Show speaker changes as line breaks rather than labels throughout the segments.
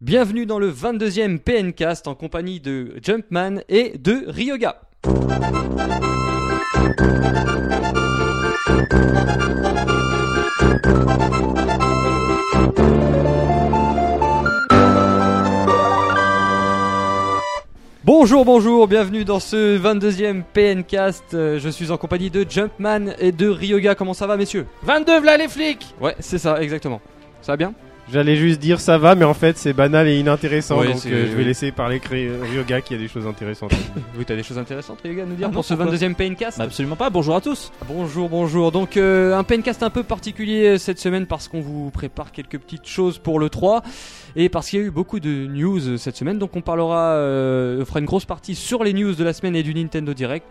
Bienvenue dans le 22e PNcast en compagnie de Jumpman et de Ryoga. Bonjour, bonjour, bienvenue dans ce 22e PNcast. Euh, Je suis en compagnie de Jumpman et de Ryoga. Comment ça va, messieurs
22 v'là les flics
Ouais, c'est ça, exactement. Ça va bien
J'allais juste dire ça va, mais en fait c'est banal et inintéressant,
Ouais,
donc
c'est-
euh, je vais laisser parler Cré- Ryoga qui a des choses intéressantes.
Oui, t'as des choses intéressantes, Ryoga, à nous dire
Ah non,
pour ce
pourquoi
22e PNcast
Bah Absolument pas, bonjour à tous
Bonjour, bonjour. Donc euh, un pencast un peu particulier euh, cette semaine parce qu'on vous prépare quelques petites choses pour le 3 et parce qu'il y a eu beaucoup de news euh, cette semaine. Donc on parlera, euh, on fera une grosse partie sur les news de la semaine et du Nintendo Direct.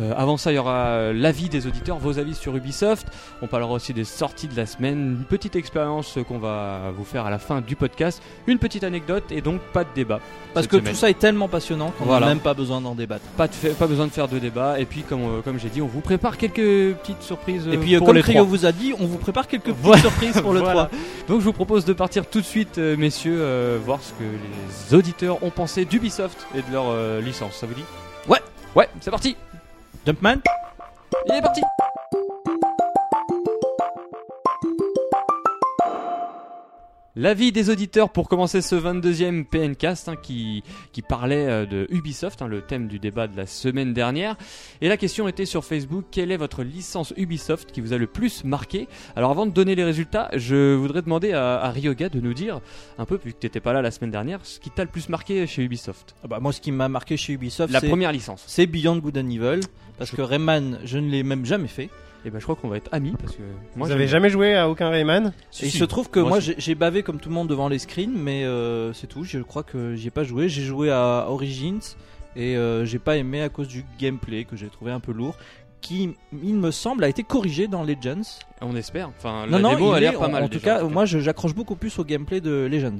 Euh, avant ça, il y aura euh, l'avis des auditeurs, vos avis sur Ubisoft. On parlera aussi des sorties de la semaine, une petite expérience euh, qu'on va vous faire à la fin du podcast, une petite anecdote et donc pas de débat.
Parce
cette
que
semaine.
tout ça est tellement passionnant qu'on
Voilà.
n'a même pas besoin d'en débattre.
pas, de fa- pas besoin de faire de débat. Et puis comme euh, comme j'ai dit, on vous prépare quelques petites surprises. euh,
Et puis euh,
pour
comme
le 3.
Cryo vous a dit, on vous prépare quelques petites
Voilà.
surprises pour le
Voilà.
3.
Donc je vous propose de partir tout de suite, euh, messieurs, euh, voir ce que les auditeurs ont pensé d'Ubisoft et de leur euh, licence. Ça vous dit
Ouais.
Ouais, c'est parti
Jumpman
Il est parti L'avis des auditeurs pour commencer ce 22e PNcast hein, qui, qui parlait euh, de Ubisoft, hein, le thème du débat de la semaine dernière. Et la question était sur Facebook, quelle est votre licence Ubisoft qui vous a le plus marqué Alors avant de donner les résultats, je voudrais demander à, à Ryoga de nous dire, un peu, vu que t'étais pas là la semaine dernière, ce qui t'a le plus marqué chez Ubisoft.
Ah bah, Moi ce qui m'a marqué chez Ubisoft,
La
c'est-
première licence.
c'est Beyond Good and Evil. Parce que Rayman, je ne l'ai même jamais fait.
Et ben je crois qu'on va être amis parce que moi
Vous
j'aime
avez
bien.
jamais joué à aucun Rayman
Si,
Et il
si.
se trouve que
Moi
moi,
aussi.
j'ai j'ai bavé comme tout le monde devant les screens, mais euh, c'est tout. Je crois que j'y ai pas joué. J'ai joué à Origins et euh, j'ai pas aimé à cause du gameplay que j'ai trouvé un peu lourd. Qui, il me semble, a été corrigé dans Legends.
On espère. Enfin,
Non,
la
non,
démo
il
a l'air
est-
pas
en-
mal.
En tout
déjà,
cas, moi, je- j'accroche beaucoup plus au gameplay de Legends.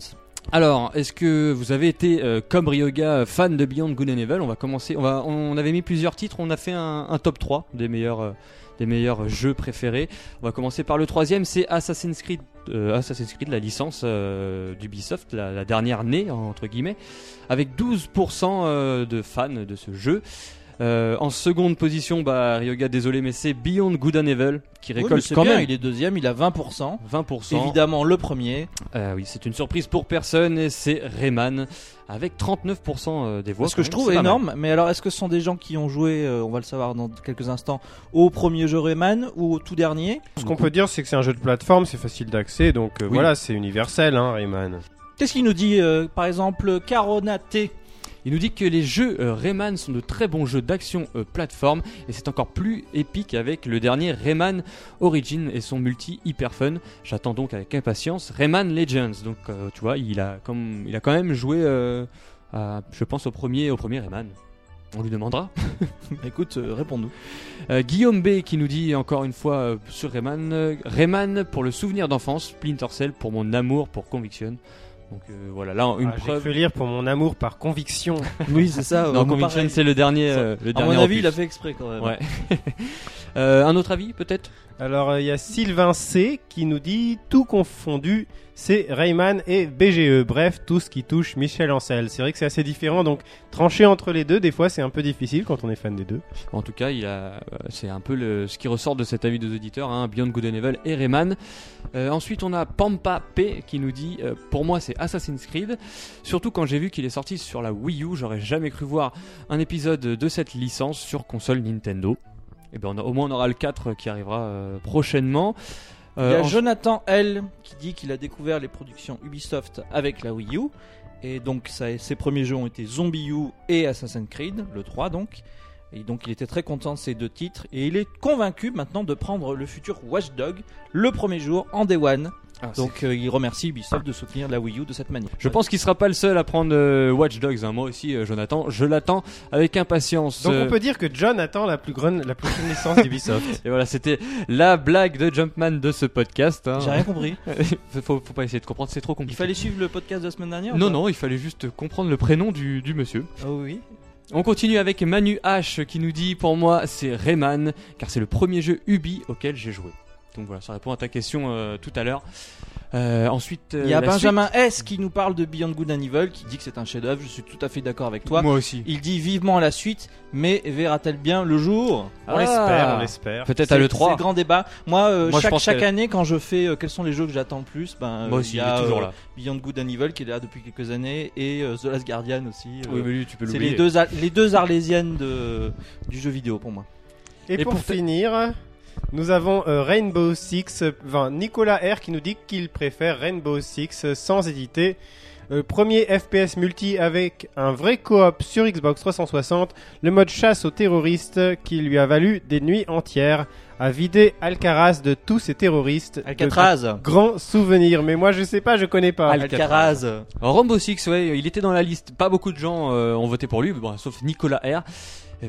Alors, est-ce que vous avez été, euh, comme Ryoga, fan de Beyond Good and Evil On va commencer. On, va, on avait mis plusieurs titres. On a fait un, un top 3 des meilleurs, euh, des meilleurs jeux préférés. On va commencer par le troisième c'est Assassin's Creed. euh, Assassin's Creed, la licence euh, d'Ubisoft, la, la dernière née, entre guillemets, avec 12% euh, de fans de ce jeu. Euh, en seconde position, bah, Ryoga, désolé, mais c'est Beyond Good and Evil qui
Oui,
récolte
mais c'est
quand
bien,
même
Il est deuxième, il a 20%.
20%.
Évidemment, le premier.
Euh, oui, c'est une surprise pour personne et c'est Rayman avec 39% euh, des voix.
ce que
quand
je
même,
trouve
c'est pas mal.
énorme. Mais alors, est-ce que ce sont des gens qui ont joué, euh, on va le savoir dans quelques instants, au premier jeu Rayman ou au tout dernier
Ce qu'on peut dire c'est que c'est un jeu de plateforme, c'est facile d'accès, donc euh,
Oui.
voilà, c'est universel hein, Rayman.
Qu'est-ce qu'il nous dit, euh, par exemple, Carona T
Il nous dit que les jeux euh, Rayman sont de très bons jeux d'action euh, plateforme et c'est encore plus épique avec le dernier Rayman Origin et son multi hyper fun. J'attends donc avec impatience Rayman Legends. Donc euh, tu vois, il a, comme, il a quand même joué, euh, à- je pense, au premier, au premier Rayman. On lui demandera.
Écoute, euh, réponds-nous.
Euh, Guillaume B qui nous dit encore une fois euh, sur Rayman, euh, Rayman pour le souvenir d'enfance, Splinter Cell pour mon amour pour Conviction. Donc euh, voilà, là une
Ah, J'ai
preuve.
cru lire pour mon amour par conviction.
Oui, c'est ça.
Non, Conviction c'est le dernier, euh, le
À
dernier.
mon avis,
opus.
il a fait exprès quand même.
Ouais. Euh, un autre avis peut-être
Alors euh, il y a Sylvain C qui nous dit tout confondu, c'est Rayman et BGE, bref tout ce qui touche Michel Ancel. C'est vrai que c'est assez différent, donc trancher entre les deux, des fois c'est un peu difficile quand on est fan des deux.
En tout cas, il a, euh, c'est un peu le, ce qui ressort de cet avis des auditeurs, hein, Beyond Good and Evil et Rayman. Euh, ensuite, on a Pampa P qui nous dit euh, Pour moi, c'est Assassin's Creed. Surtout quand j'ai vu qu'il est sorti sur la Wii U, j'aurais jamais cru voir un épisode de cette licence sur console Nintendo. Et ben, on a- au moins, on aura le 4 qui arrivera euh, prochainement.
Il y
Euh,
a
en-
Jonathan L qui dit qu'il a découvert les productions Ubisoft avec la Wii U. Et donc ça- ses premiers jeux ont été Zombie U et Assassin's Creed, le 3 donc. Et donc il était très content de ces deux titres. Et il est convaincu maintenant de prendre le futur Watch Dog le premier jour en Day One.
Ah, c'est-
Donc euh, il remercie Ubisoft de soutenir la Wii U de cette manière.
je pense qu'il sera pas le seul à prendre euh, Watch Dogs. hein. Moi aussi, euh, Jonathan, je l'attends avec impatience.
Donc
Euh,
on peut dire que John attend la plus grande, la plus grande licence d'Ubisoft.
Et voilà, c'était la blague de Jumpman de ce podcast. hein.
J'ai rien compris.
faut, faut pas essayer de comprendre, c'est trop
Il
compliqué.
fallait suivre le podcast de la semaine dernière ou
Non,
pas
non, il fallait juste comprendre le prénom du, du monsieur.
Ah oui.
On continue avec Manu H qui nous dit Pour moi, c'est Rayman, car c'est le premier jeu Ubi auquel j'ai joué. Donc voilà, ça répond à ta question euh, tout à l'heure. Euh, ensuite, euh,
Il y a
la
Benjamin S qui nous parle de Beyond Good and Evil qui dit que c'est un chef-d'œuvre. Je suis tout à fait d'accord avec
suite-
toi.
Moi aussi.
Il dit vivement la suite, mais verra-t-elle bien le jour
On
Ah.
l'espère, on l'espère.
Peut-être à
C'est-
le
C'est
3.
le grand débat. Moi, euh,
Moi, je
chaque,
pense
chaque
qu'elle-
année, quand je fais euh, quels sont les jeux que j'attends le plus, ben, euh,
Moi aussi,
il
il
y
est
a
toujours
euh,
là.
Beyond Good and Evil qui est là depuis quelques années et euh, The Last Guardian aussi. euh,
Oui, mais lui, tu peux
c'est
l'oublier.
les deux, ar- les deux arlésiennes de, du jeu vidéo pour moi.
Et,
Et
pour,
pour te-
finir, nous avons euh, Rainbow Six, euh, enfin, Nicolas R qui nous dit qu'il préfère Rainbow Six euh, sans éditer. Euh, premier FPS multi avec un vrai coop sur Xbox 360, le mode chasse aux terroristes euh, qui lui a valu des nuits entières à vider Alcaraz de tous ces terroristes.
Alcatraz.
De Grand souvenir, mais moi je sais pas, je connais pas.
Alcaraz.
Alors, Rambo Six, ouais, il était dans la liste. Pas beaucoup de gens euh, ont voté pour lui, bon, sauf Nicolas R.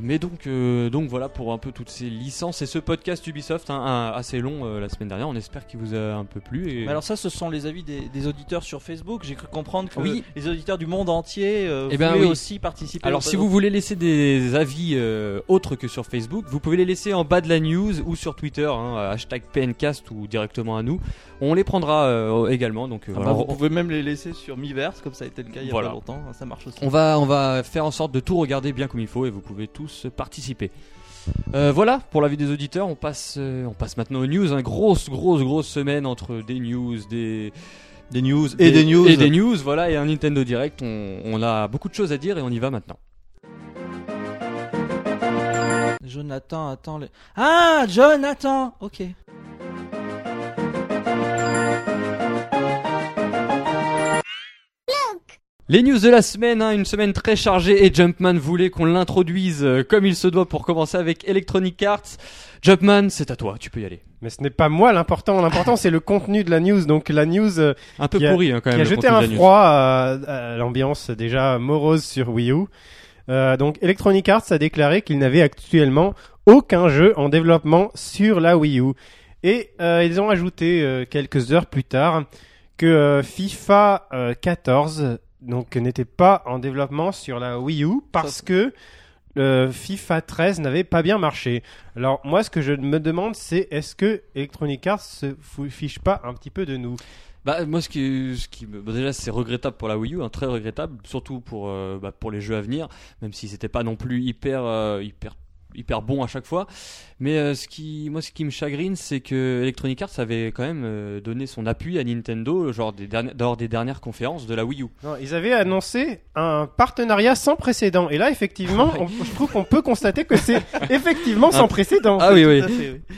Mais donc, euh, donc voilà pour un peu toutes ces licences et ce podcast Ubisoft hein, un- assez long euh, la semaine dernière. On espère qu'il vous a un peu plu. Et...
Mais alors ça, ce sont les avis des, des auditeurs sur Facebook. J'ai cru comprendre que
Oui.
les auditeurs du monde entier euh,
Eh ben
voulaient
oui.
aussi participer.
Alors
au-
si vous voulez laisser des avis euh, autres que sur Facebook, vous pouvez les laisser en bas de la news ou sur Twitter, hein, euh, hashtag PNcast ou directement à nous. On les prendra euh, également. Donc euh,
Ah
voilà,
bah, vous
on-
pouvez même les laisser sur Miiverse, comme ça a été le cas il y a
Voilà.
pas longtemps. hein, Ça marche aussi.
on va, on va faire en sorte de tout regarder bien comme il faut et vous pouvez tous participer. Euh, voilà pour l'avis des auditeurs. On passe, euh, on passe maintenant aux news. hein. Grosse, grosse, grosse semaine entre des news, des
Des news
et des news. Voilà et un Nintendo Direct. On, on a beaucoup de choses à dire et on y va maintenant.
Jonathan attends le. Ah, Jonathan. Ok.
Les news de la semaine, hein, une semaine très chargée et Jumpman voulait qu'on l'introduise euh, comme il se doit pour commencer avec Electronic Arts. Jumpman, c'est à toi, tu peux y aller.
Mais ce n'est pas moi l'important, l'important c'est le contenu de la news. Donc la news euh,
Un peu
Qui a-
pourri hein, quand même.
qui a
le
jeté
contenu
un
de la news.
froid à, à l'ambiance déjà morose sur Wii U. Euh, donc Electronic Arts a déclaré qu'il n'avait actuellement aucun jeu en développement sur la Wii U. Et euh, ils ont ajouté euh, quelques heures plus tard que euh, FIFA euh, 14 donc n'était pas en développement sur la Wii U parce que le FIFA 13 n'avait pas bien marché. Alors moi ce que je me demande c'est est-ce que Electronic Arts se fou- fiche pas un petit peu de nous
Bah moi ce qui, ce qui me- bon, déjà c'est regrettable pour la Wii U, hein, très regrettable, surtout pour euh, bah, pour les jeux à venir, même si c'était pas non plus hyper euh, hyper hyper bon à chaque fois. Mais euh, ce qui moi ce qui me chagrine c'est que Electronic Arts avait quand même euh, donné son appui à Nintendo euh, genre des dernières lors des dernières conférences de la Wii U.
Non, ils avaient annoncé un partenariat sans précédent. Et là, effectivement, on- je trouve qu'on peut constater que c'est effectivement sans précédent.
Ah oui oui.
Tout à fait, oui.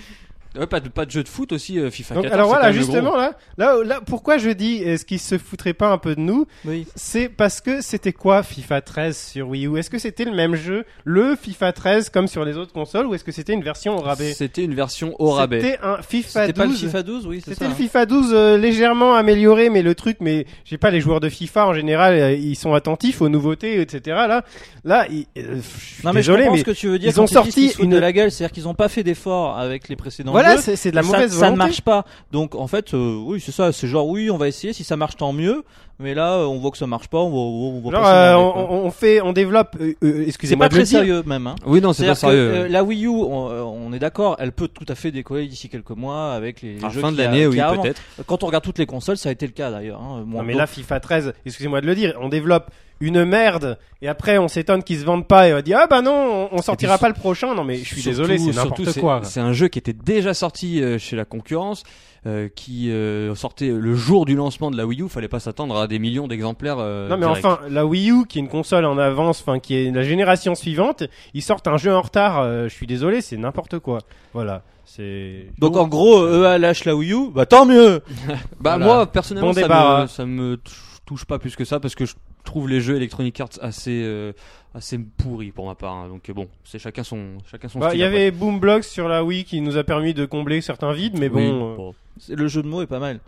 Ouais, pas, de, pas de jeu de foot aussi, euh, FIFA
Donc,
14.
alors
c'est
voilà,
quand même le
justement,
gros.
là, là, là, pourquoi je dis est-ce qu'ils se foutraient pas un peu de nous
Oui.
C'est parce que c'était quoi FIFA 13 sur Wii U Est-ce que c'était le même jeu, le FIFA 13 comme sur les autres consoles, ou est-ce que c'était une version au rabais
C'était une version au rabais.
C'était un FIFA 12.
C'était pas le FIFA 12, oui, c'est
C'était
ça.
le
hein.
FIFA 12 euh, légèrement amélioré, mais le truc, mais j'ai pas les joueurs de FIFA en général, euh, ils sont attentifs aux nouveautés, etc. Là, là, ils- euh, je suis
Non mais
désolé,
je comprends
mais
ce que tu veux dire.
ils ont
quand disent
sorti
qu'ils se foutent
une-
de la gueule, c'est-à-dire qu'ils ont pas fait d'efforts avec les précédents
voilà,
jeux.
c'est c'est de la
Et ça-
mauvaise
ça,
volonté.
ne marche pas. Donc en fait, euh, oui, c'est ça. C'est genre oui, on va essayer. Si ça marche, tant mieux. Mais là, euh, on voit que ça marche pas. On va, on va
Genre,
passer
euh,
la main, quoi.
on, on fait, on développe. euh, euh,
c'est
Excusez-moi
pas
de le
très
dire.
sérieux même. Hein.
Oui, non, c'est pas
C'est-à-dire que,
sérieux.
euh, la Wii U, on, euh, on est d'accord, elle peut tout à fait décoller d'ici quelques mois avec les, les
À
jeux
fin de
qu'il y a-
l'année,
qu'il
oui,
y a avant.
peut-être.
Quand on regarde toutes les consoles, ça a été le cas d'ailleurs. hein. Bon,
Non, mais
donc,
là, FIFA 13, excusez-moi de le dire, on développe une merde et après on s'étonne qu'ils se vendent pas et on dit ah bah non, on, on sortira
puis,
pas le prochain. Non mais je suis
Surtout-
désolé, c'est
surtout,
n'importe
c'est-
quoi.
C'est un jeu qui était déjà sorti euh, chez la concurrence, euh, qui euh, sortait le jour du lancement de la Wii U. Fallait pas s'attendre à des millions d'exemplaires. euh,
Non mais
direct.
enfin, la Wii U qui est une console en avance, enfin qui est la génération suivante, ils sortent un jeu en retard. euh, je suis désolé, c'est n'importe quoi. Voilà, c'est.
donc, en gros, E EA lâche la Wii U, bah tant mieux.
Bah
Voilà.
moi personnellement
Bon
ça,
débat, hein.
me, ça me tou- touche pas plus que ça parce que je trouve les jeux Electronic Arts assez euh, assez pourris pour ma part. hein. Donc euh, bon, c'est chacun son chacun son
Bah,
style.
il y
après.
avait Boomblocks sur la Wii qui nous a permis de combler certains vides, mais
Oui,
bon, euh,
bon.
C'est- Le jeu de mots est pas mal.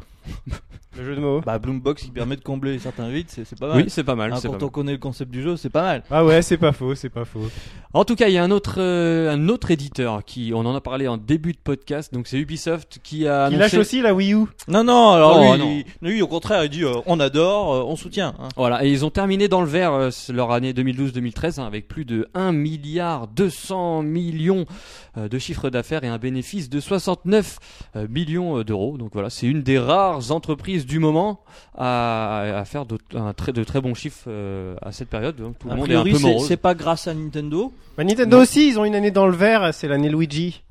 le jeu de mots.
Bah Bloombox, il permet de combler certains vides, c'est c'est pas mal.
Oui, c'est pas mal.
Hein,
c'est
quand
pas mal.
on connaît le concept du jeu, c'est pas mal.
Ah ouais, c'est pas faux, c'est pas faux.
En tout cas, il y a un autre, euh, un autre éditeur qui, on en a parlé en début de podcast, donc c'est Ubisoft qui a
Il
annoncé.
lâche aussi la Wii U.
Non, non, alors
Oh,
lui,
non.
il- lui, au contraire, il dit euh, on adore, euh, on soutient. hein.
Voilà, et ils ont terminé dans le vert euh, leur année 2012-2013 2013 hein, avec plus de 1 milliard 200 millions euh, de chiffre d'affaires et un bénéfice de 69 euh, millions euh, d'euros. Donc voilà, c'est une des rares entreprises du moment à, à faire de, un très, de très bons chiffres euh, à cette période. Donc, tout le
A
monde est un
priori,
peu
c'est-
morose.
c'est pas grâce à Nintendo.
Bah, Nintendo
Non.
aussi, ils ont une année dans le vert, c'est l'année Luigi.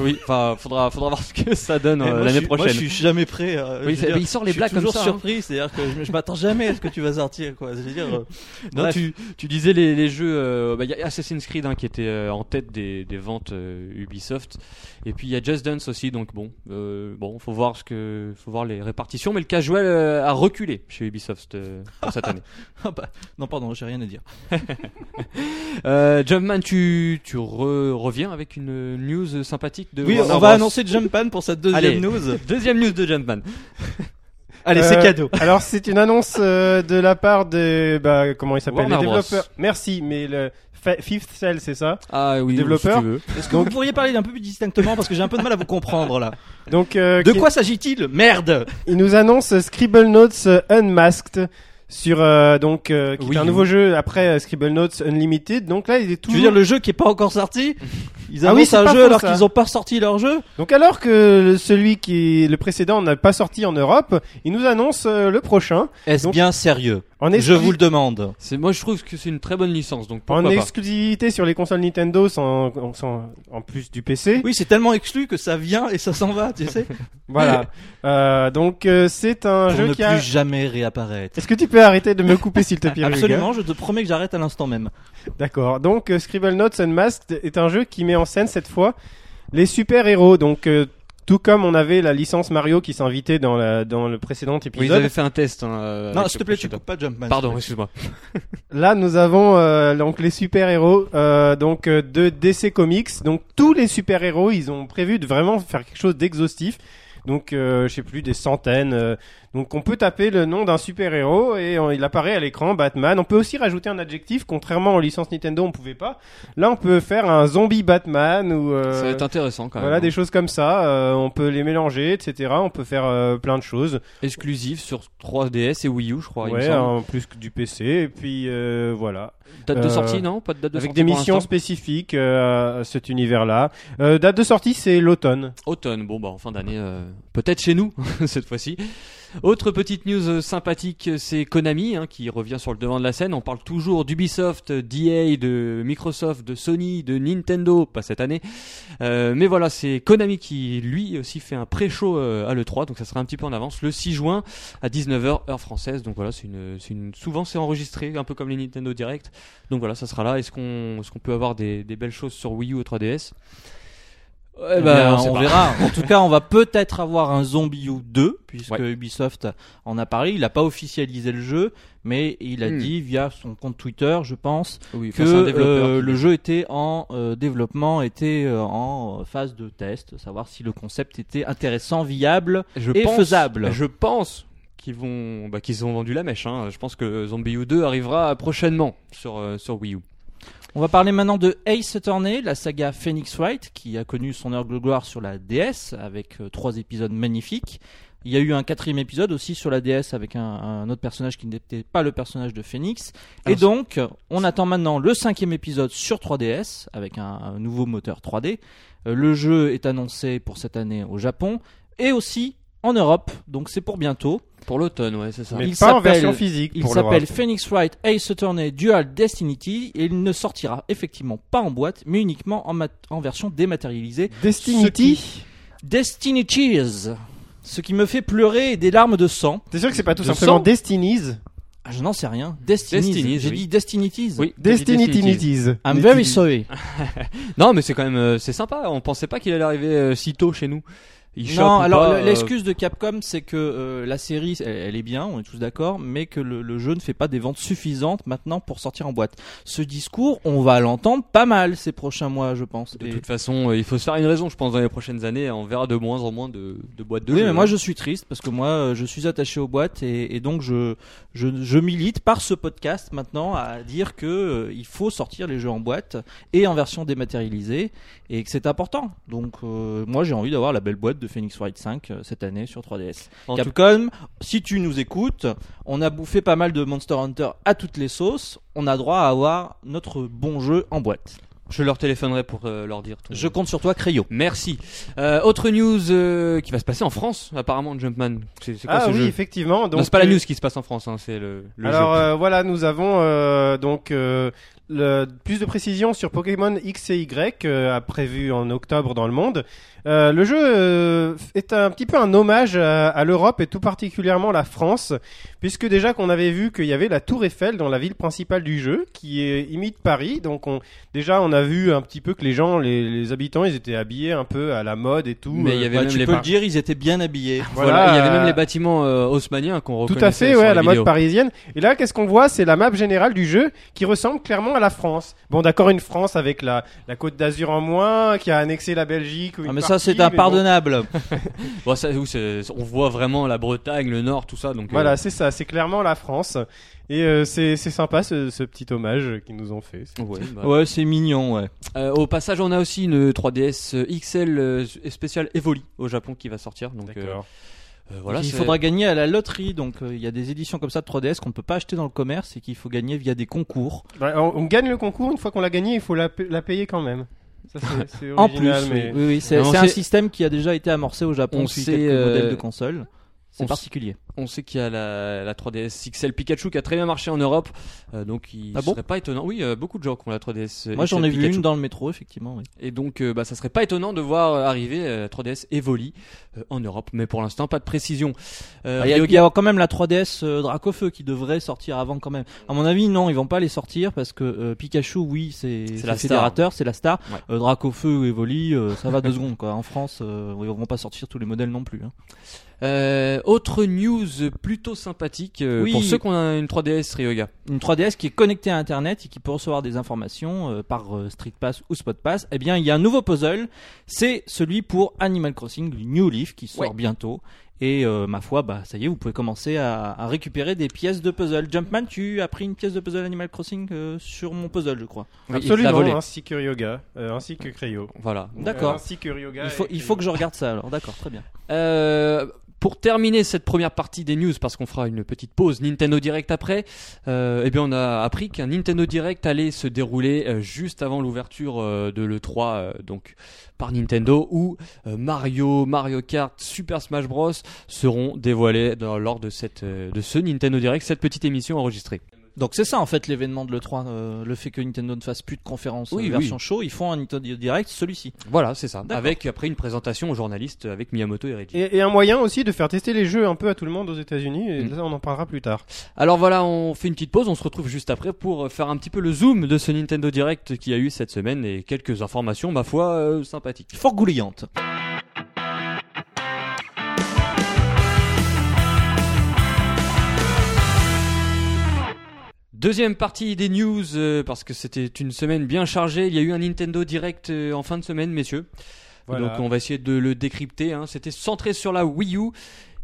Oui, enfin, faudra, faudra voir ce que ça donne
Eh,
euh,
moi, je
l'année
suis- Moi,
prochaine.
je suis jamais prêt. euh,
Oui,
je
c'est-
veux
mais
dire,
il sort les
je suis
blagues comme
toujours
ça, hein.
surpris, c'est-à-dire que je, je m'attends jamais à ce que tu vas sortir, quoi. Je veux dire, euh,
Non,
bref.
tu, tu disais les, les jeux, euh, bah, il y a Assassin's Creed hein, qui était euh, en tête des, des ventes euh, Ubisoft, et puis il y a Just Dance aussi, donc bon, euh, bon, faut voir ce que, faut voir les répartitions, mais le casual euh, a reculé chez Ubisoft euh, pour cette année.
Ah bah, non, pardon, j'ai rien à dire.
Euh, Jumpman, tu, tu re- reviens avec une news sympathique de.
Oui,
Warner
on
Bros.
va annoncer Jumpman pour cette deuxième
Allez.
news.
Deuxième news de Jumpman.
Allez, c'est
Euh,
cadeau.
Alors c'est une annonce euh, de la part de bah, comment il s'appelle les
Warner Bros.
développeurs. Merci, mais le Fa- Fifth Cell, c'est ça.
Ah oui,
Développeur.
si tu veux.
Est-ce que vous pourriez parler d'un peu plus distinctement parce que j'ai un peu de mal à vous comprendre là.
Donc euh,
De
qui-
quoi s'agit-il Merde.
il nous annonce euh, Scribble Notes euh, Unmasked sur euh, donc euh, qui
Oui,
est un
oui.
nouveau jeu après euh, Scribble Notes Unlimited. Donc là, il est
Tu
tout.
veux dire le jeu qui est pas encore sorti Ils
Ah oui,
annoncent
c'est
un
pas
jeu
faux,
alors
ça.
qu'ils ont pas sorti leur jeu
Donc alors que le- celui qui le précédent n'a pas sorti en Europe, il nous annonce euh, le prochain.
Est-ce
Donc-
bien sérieux
En
Je
exclu-
vous le demande.
C'est, moi je trouve que c'est une très bonne licence, donc pourquoi
en
pas.
exclusivité sur les consoles Nintendo, sans, sans- en plus du PC.
Oui, c'est tellement exclu que ça vient et ça s'en va, tu sais.
Voilà. Euh, donc euh, c'est un
Pour
jeu
ne
qui
plus
a.
jamais réapparaître.
Est-ce que tu peux arrêter de me couper s'il te plaît Ruga
Absolument, je te promets que j'arrête à l'instant même.
D'accord. Donc euh, Scribble Notes Unmasked est un jeu qui met en scène cette fois les super-héros. Donc euh, tout comme on avait la licence Mario qui s'invitait dans, la- dans le précédent
Oui, ils
épisode,
avaient fait un test. hein, euh,
non,
avec
s'il
le
te plaît, tu
précédent.
coupes pas Jumpman.
Pardon, excuse-moi.
là nous avons euh, donc les super-héros euh, donc euh, de DC Comics. Donc tous les super-héros, ils ont prévu de vraiment faire quelque chose d'exhaustif. Donc euh, je sais plus des centaines. euh, donc on peut taper le nom d'un super-héros et euh, il apparaît à l'écran Batman. On peut aussi rajouter un adjectif. Contrairement aux licences Nintendo, on pouvait pas. Là on peut faire un zombie Batman ou euh,
Ça va être intéressant quand même.
Voilà,
hein.
des choses comme ça, euh, on peut les mélanger, etc. On peut faire euh, plein de choses.
exclusif sur 3DS et Wii U, je crois. il me
ouais,
semble.
en plus que du PC, et puis euh, voilà.
Date de
euh,
sortie, non Pas de date de
Avec
sortie
des
pour
missions
l'instant
spécifiques euh, à cet univers-là. Euh, date de sortie, c'est l'automne.
Automne, bon bah en fin d'année, euh, peut-être chez nous cette fois-ci. Autre petite news euh, sympathique, c'est Konami hein, qui revient sur le devant de la scène. On parle toujours d'Ubisoft, euh, d'EA, de Microsoft, de Sony, de Nintendo, pas cette année. Euh, mais voilà, c'est Konami qui lui aussi fait un pré-show euh, à l'E3, donc ça sera un petit peu en avance, le 6 juin à 19h heure française. Donc voilà, c'est une, c'est une, souvent c'est enregistré, un peu comme les Nintendo Direct. Donc voilà, ça sera là. Est-ce qu'on, est-ce qu'on peut avoir des, des belles choses sur Wii U ou 3DS
Eh
Eh
ben,
sait
on
pas.
verra. En tout cas, on va peut-être avoir un Zombie U 2, puisque
Ouais.
Ubisoft en a parlé. Il n'a pas officialisé le jeu, mais il a
Hmm.
dit via son compte Twitter, je pense,
Oui,
que
enfin, c'est un développeur
euh,
qui-
le jeu était en euh, développement, était euh, en euh, phase de test, savoir si le concept était intéressant, viable.
je
est faisable.
Je pense qu'ils vont, bah, qu'ils ont vendu la mèche. hein. Je pense que Zombie U 2 arrivera prochainement sur euh, sur Wii U.
On va parler maintenant de Ace Attorney, la saga Phoenix Wright, qui a connu son heure de gloire sur la DS, avec euh, trois épisodes magnifiques. Il y a eu un quatrième épisode aussi sur la DS avec un, un autre personnage qui n'était pas le personnage de Phoenix. Et
Alors,
donc, on attend maintenant le cinquième épisode sur 3DS avec un, un nouveau moteur 3D. Euh, Le jeu est annoncé pour cette année au Japon et aussi en Europe, donc c'est pour bientôt.
Pour l'automne, ouais, c'est ça.
Mais
Il
pas en
s'appelle-
version physique.
Il
pour
s'appelle
l'Europe.
Phoenix Wright Ace Attorney Dual Destiny et il ne sortira effectivement pas en boîte mais uniquement en, mat- en version dématérialisée.
Destiny.
Ce qui- Destiny Cheers Ce qui me fait pleurer des larmes de sang.
T'es sûr que c'est pas tout
De
simplement
sang
Destiny's
Ah, je n'en sais rien. Destiny.
Destinies,
J'ai
oui.
dit Destiny Tease.
Oui,
Destiny
Destiny.
Tinnitus.
I'm
Destiny.
very sorry.
Non, mais c'est quand même euh, c'est sympa. On pensait pas qu'il allait arriver euh, si tôt chez nous. Il chope
non,
ou
alors
pas,
le-
euh,
l'excuse de Capcom, c'est que euh, la série, elle, elle est bien, on est tous d'accord, mais que le, le jeu ne fait pas des ventes suffisantes maintenant pour sortir en boîte. Ce discours, on va l'entendre pas mal ces prochains mois, je pense.
De
Et-
toute façon, euh, il faut se faire une raison, je pense, dans les prochaines années. On verra de moins en moins de, de boîtes de
oui,
jeux.
mais moi je suis triste parce que moi euh, je suis attaché aux boîtes et, et donc je, je, je milite par ce podcast maintenant à dire que euh, il faut sortir les jeux en boîte et en version dématérialisée et que c'est important. Donc euh, moi j'ai envie d'avoir la belle boîte de de Phoenix Wright 5 euh, cette année sur 3DS.
En tout-
Capcom, si tu nous écoutes, on a bouffé pas mal de Monster Hunter à toutes les sauces. On a droit à avoir notre bon jeu en boîte.
je leur téléphonerai pour euh, leur dire. tout.
Je compte sur toi, Crayo.
Merci. Euh, autre news euh, qui va se passer en France, apparemment, Jumpman. C'est c'est quoi
Ah
ce
oui,
jeu
effectivement.
Non,
Donc,
c'est pas la
euh,
news qui se passe en France, hein, c'est le, le
Alors
jeu.
euh, voilà, nous avons euh, donc euh, le- plus de précisions sur Pokémon X et Y euh, à prévu en octobre dans le monde. Euh, le jeu euh, est un petit peu un hommage à, à l'Europe et tout particulièrement la France, puisque déjà qu'on avait vu qu'il y avait la Tour Eiffel dans la ville principale du jeu, qui euh, imite Paris. Donc on, déjà on a vu un petit peu que les gens, les, les habitants, ils étaient habillés un peu à la mode et tout.
Mais il y
euh,
avait même
Ouais, Bah, tu
les
peux
par-
le dire, ils étaient bien habillés.
Voilà,
voilà,
il y avait même
euh,
les bâtiments euh, haussmanniens qu'on
Tout
reconnaissait
à fait,
sur
ouais, à
les
la mode
vidéos.
parisienne. Et là, qu'est-ce qu'on voit C'est la map générale du jeu qui ressemble clairement à la France. Bon, d'accord, une France avec la, la Côte d'Azur en moins, qui a annexé la Belgique. ou
Ah,
une
mais ça,
partie,
c'est
mais bon.
impardonnable.
Bon, ça, oui, c'est- on voit vraiment la Bretagne, le Nord, tout ça. Donc, euh,
Voilà, c'est ça, c'est clairement la France. Et euh, c'est c'est sympa ce, ce petit hommage qu'ils nous ont fait.
ouais, bah.
Ouais, c'est mignon, ouais.
Euh, au passage, on a aussi une 3DS XL euh, spéciale Evoli au Japon qui va sortir. Donc, euh,
D'accord.
euh, voilà,
il
c'est-
faudra gagner à la loterie, donc euh, il y a des éditions comme ça de 3DS qu'on ne peut pas acheter dans le commerce et qu'il faut gagner via des concours.
Bah, on, on gagne le concours, une fois qu'on l'a gagné, il faut la, pa- la payer quand même. Ça, c'est- c'est
En plus,
original, mais-
oui, oui, oui, c'est
Mais on
c'est un
sait-
système qui a déjà été amorcé au Japon
On
sur
sait,
quelques
euh,
modèles de
on
consoles. C'est particulier.
On sait qu'il y a la, la 3DS XL Pikachu qui a très bien marché en Europe. euh, donc, il
Ah bon
serait pas étonnant. Oui, euh, beaucoup de gens qui ont la 3DS.
Moi, j'en ai vu
euh, Pikachu.
une dans le métro, effectivement. oui.
Et donc, euh, bah, ça serait pas étonnant de voir euh, arriver euh, la 3DS Evoli euh, en Europe. Mais pour l'instant, pas de précision. Euh,
Ah, Il y, a-
Ryoga-
il y a quand même la 3DS euh, Dracofeu qui devrait sortir avant quand même. À mon avis, non, ils vont pas les sortir parce que euh, Pikachu, oui, c'est
C'est
c'est
la star.
le fédérateur, c'est la star.
Ouais.
Euh, Dracofeu ou Evoli, euh, ça va deux secondes quoi. En France, euh, ils vont pas sortir tous les modèles non plus. hein.
Euh, autre news plutôt sympathique euh,
Oui.
pour ceux qui ont un- une 3DS Ryoga.
une 3DS qui est connectée à Internet et qui peut recevoir des informations euh, par euh, Street Pass ou Spot Pass, eh bien, il y a un nouveau puzzle. C'est celui pour Animal Crossing New Leaf qui sort
Ouais.
bientôt. Et euh, ma foi, bah ça y est, vous pouvez commencer à, à récupérer des pièces de puzzle. Jumpman, tu as pris une pièce de puzzle Animal Crossing euh, sur mon puzzle, je crois.
Oui, il te l'a volé.
Absolument,
hein.
ainsi que Ryoga, euh, ainsi que Cryo.
Voilà.
D'accord.
Euh, ainsi que Ryoga
Il faut,
et
il
Cryo.
faut que je regarde ça alors. D'accord, très bien.
Euh, pour terminer cette première partie des news, parce qu'on fera une petite pause Nintendo Direct après, euh, eh bien on a appris qu'un Nintendo Direct allait se dérouler euh, juste avant l'ouverture euh, de l'E3, euh, donc par Nintendo, où euh, Mario, Mario Kart, Super Smash Bros seront dévoilés dans- lors de, cette, euh, de ce Nintendo Direct, cette petite émission enregistrée.
Donc c'est ça en fait l'événement de l'E3, euh, le fait que Nintendo ne fasse plus de conférences euh,
Oui,
version show, ils font un Nintendo Direct, celui-ci.
Voilà, c'est ça.
D'accord.
Avec après une présentation aux journalistes avec Miyamoto et Reggie.
Et, et un moyen aussi de faire tester les jeux un peu à tout le monde aux États-Unis. Et
Mm.
là, on en parlera plus tard.
Alors voilà, on fait une petite pause, on se retrouve juste après pour euh, faire un petit peu le zoom de ce Nintendo Direct qu'il y a eu cette semaine et quelques informations, ma foi, euh, sympathiques.
Fort gouillante.
Deuxième partie des news, euh, parce que c'était une semaine bien chargée, il y a eu un Nintendo Direct euh, en fin de semaine, messieurs.
Voilà.
Donc on va essayer de le décrypter, hein. c'était centré sur la Wii U.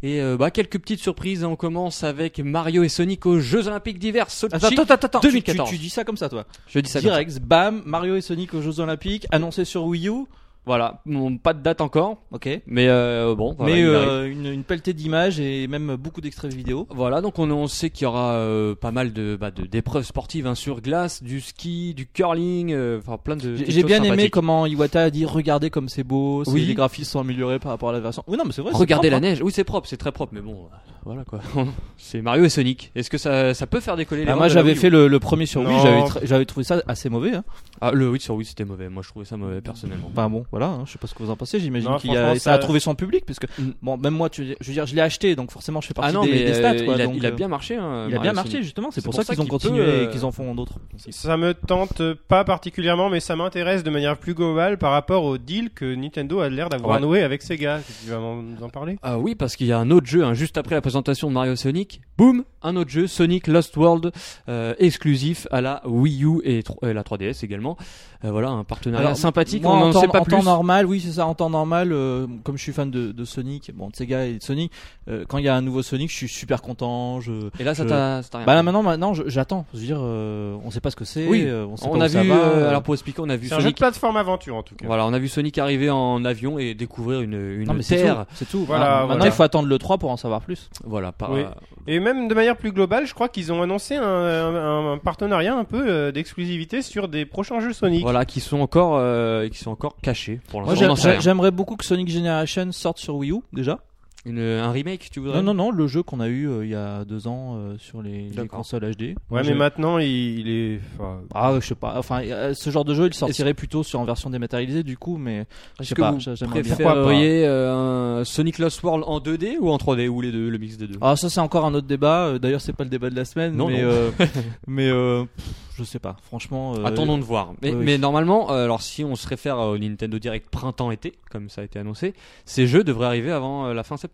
Et euh, bah, quelques petites surprises, on commence avec Mario et Sonic aux Jeux Olympiques d'hiver, Sochi.
Attends, attends, attends, attends. Tu-
2014.
Tu, tu dis ça comme ça, toi.
Je dis ça comme ça.
Direct, bam, Mario et Sonic aux Jeux Olympiques, annoncé sur Wii U.
Voilà, bon, pas de date encore,
Ok.
mais euh, bon, voilà,
Mais
il arrive.
euh, une, une pelletée d'images et même beaucoup d'extraits vidéo.
Voilà, donc on, on sait qu'il y aura euh, pas mal de bah, de- d'épreuves sportives hein, sur glace, du ski, du curling, euh, enfin plein de.
J'ai
petites
j'ai
choses
bien aimé
sympathiques.
comment Iwata a dit regardez comme c'est beau, c'est-
Oui.
les graphismes sont améliorés par rapport à la version. Oui, non, mais c'est vrai. c'est
Regardez la
propre, hein.
neige, oui c'est propre, c'est très propre, mais bon, euh, voilà quoi. c'est Mario et Sonic. Est-ce que ça, ça peut faire décoller les
Bah,
ventes
moi
de la
j'avais
Wii U
fait le, le premier sur Wii,
Non.
j'avais tr- j'avais trouvé ça assez mauvais. Hein.
Ah, le oui sur oui c'était mauvais. Moi je trouvais ça mauvais personnellement.
Enfin bon, voilà, hein, je sais pas ce que vous en pensez, j'imagine
Non,
qu'il y a, ça...
franchement,
a
ça-
trouvé son public, puisque
Mm.
bon, même moi, tu- je veux dire, je l'ai acheté, donc forcément je fais partie
ah non,
des,
mais
des stats.
euh,
quoi,
il, a,
donc,
il a
euh,
bien marché. hein,
il a
Mario
bien
et
marché
Sonic.
justement, c'est
C'est
pour
pour
ça
ça
qu'ils ont
qu'il
continué
peut, euh,
et qu'ils en font d'autres.
Ça me tente pas particulièrement, mais ça m'intéresse de manière plus globale par rapport au deal que Nintendo a l'air d'avoir
Ouais.
noué avec Sega. Tu vas m'en- nous en parler
Ah oui, parce qu'il y a un autre jeu, hein, juste après la présentation de Mario et Sonic, boum, un autre jeu, Sonic Lost World, euh, exclusif à la Wii U et, tro- et la 3DS également. Euh, voilà, un partenariat
Alors,
sympathique,
moi,
on
en
n'en
temps-
sait pas
en
plus.
temps temps
plus.
normal, oui, c'est ça. En temps normal, euh, comme je suis fan de, de Sonic, bon, de Sega et de Sonic, euh, quand il y a un nouveau Sonic, je suis super content. Je...
Et là, ça
Je-
t'a ça t'a rien.
Bah là maintenant, maintenant, je- j'attends. Je veux dire, euh, on sait pas ce que c'est.
Oui,
euh, on sait
on
pas
a
où ça
vu,
va,
euh,
euh,
alors pour expliquer, on a vu
C'est un jeu de
Sonic.
plateforme aventure en tout cas.
Voilà, on a vu Sonic arriver en avion et découvrir une, une
non, mais c'est
terre.
tout. C'est tout.
Voilà,
Maintenant,
voilà.
maintenant, il faut attendre le 3 pour en savoir plus.
Voilà, par, euh,
Oui. Et même de manière plus globale, je crois qu'ils ont annoncé un, un- un partenariat un peu euh, d'exclusivité sur des prochains jeux Sonic.
voilà, qui sont encore, euh, qui sont encore cachés pour
Moi,
l'instant.
j'ai-
On en sait
j'ai-
rien.
j'aimerais beaucoup que Sonic Generation sorte sur Wii U déjà.
Une- un remake, tu voudrais
Non, non, non, le jeu qu'on a eu euh, il y a deux ans euh, sur les, les
D'accord.
consoles HD.
Ouais, mais
Je-
maintenant il, il est. enfin,
Ah, je sais pas. Enfin, euh, ce genre de jeu, il sortirait plutôt sur en version dématérialisée du coup, mais je
Est-ce
sais
que
pas.
vous
j'a- J'aimerais bien.
Préféreriez euh, un Sonic Lost World en 2D ou en 3D ou les deux, le mix des deux
Ah, ça c'est encore un autre débat. Euh, D'ailleurs, c'est pas le débat de la semaine.
Non,
mais
non.
euh, mais euh, pff, je sais pas. Franchement. euh,
Attendons de voir. Mais,
oui.
mais normalement, euh, alors si on se réfère au Nintendo Direct printemps-été, comme ça a été annoncé, ces jeux devraient arriver avant euh, la fin septembre.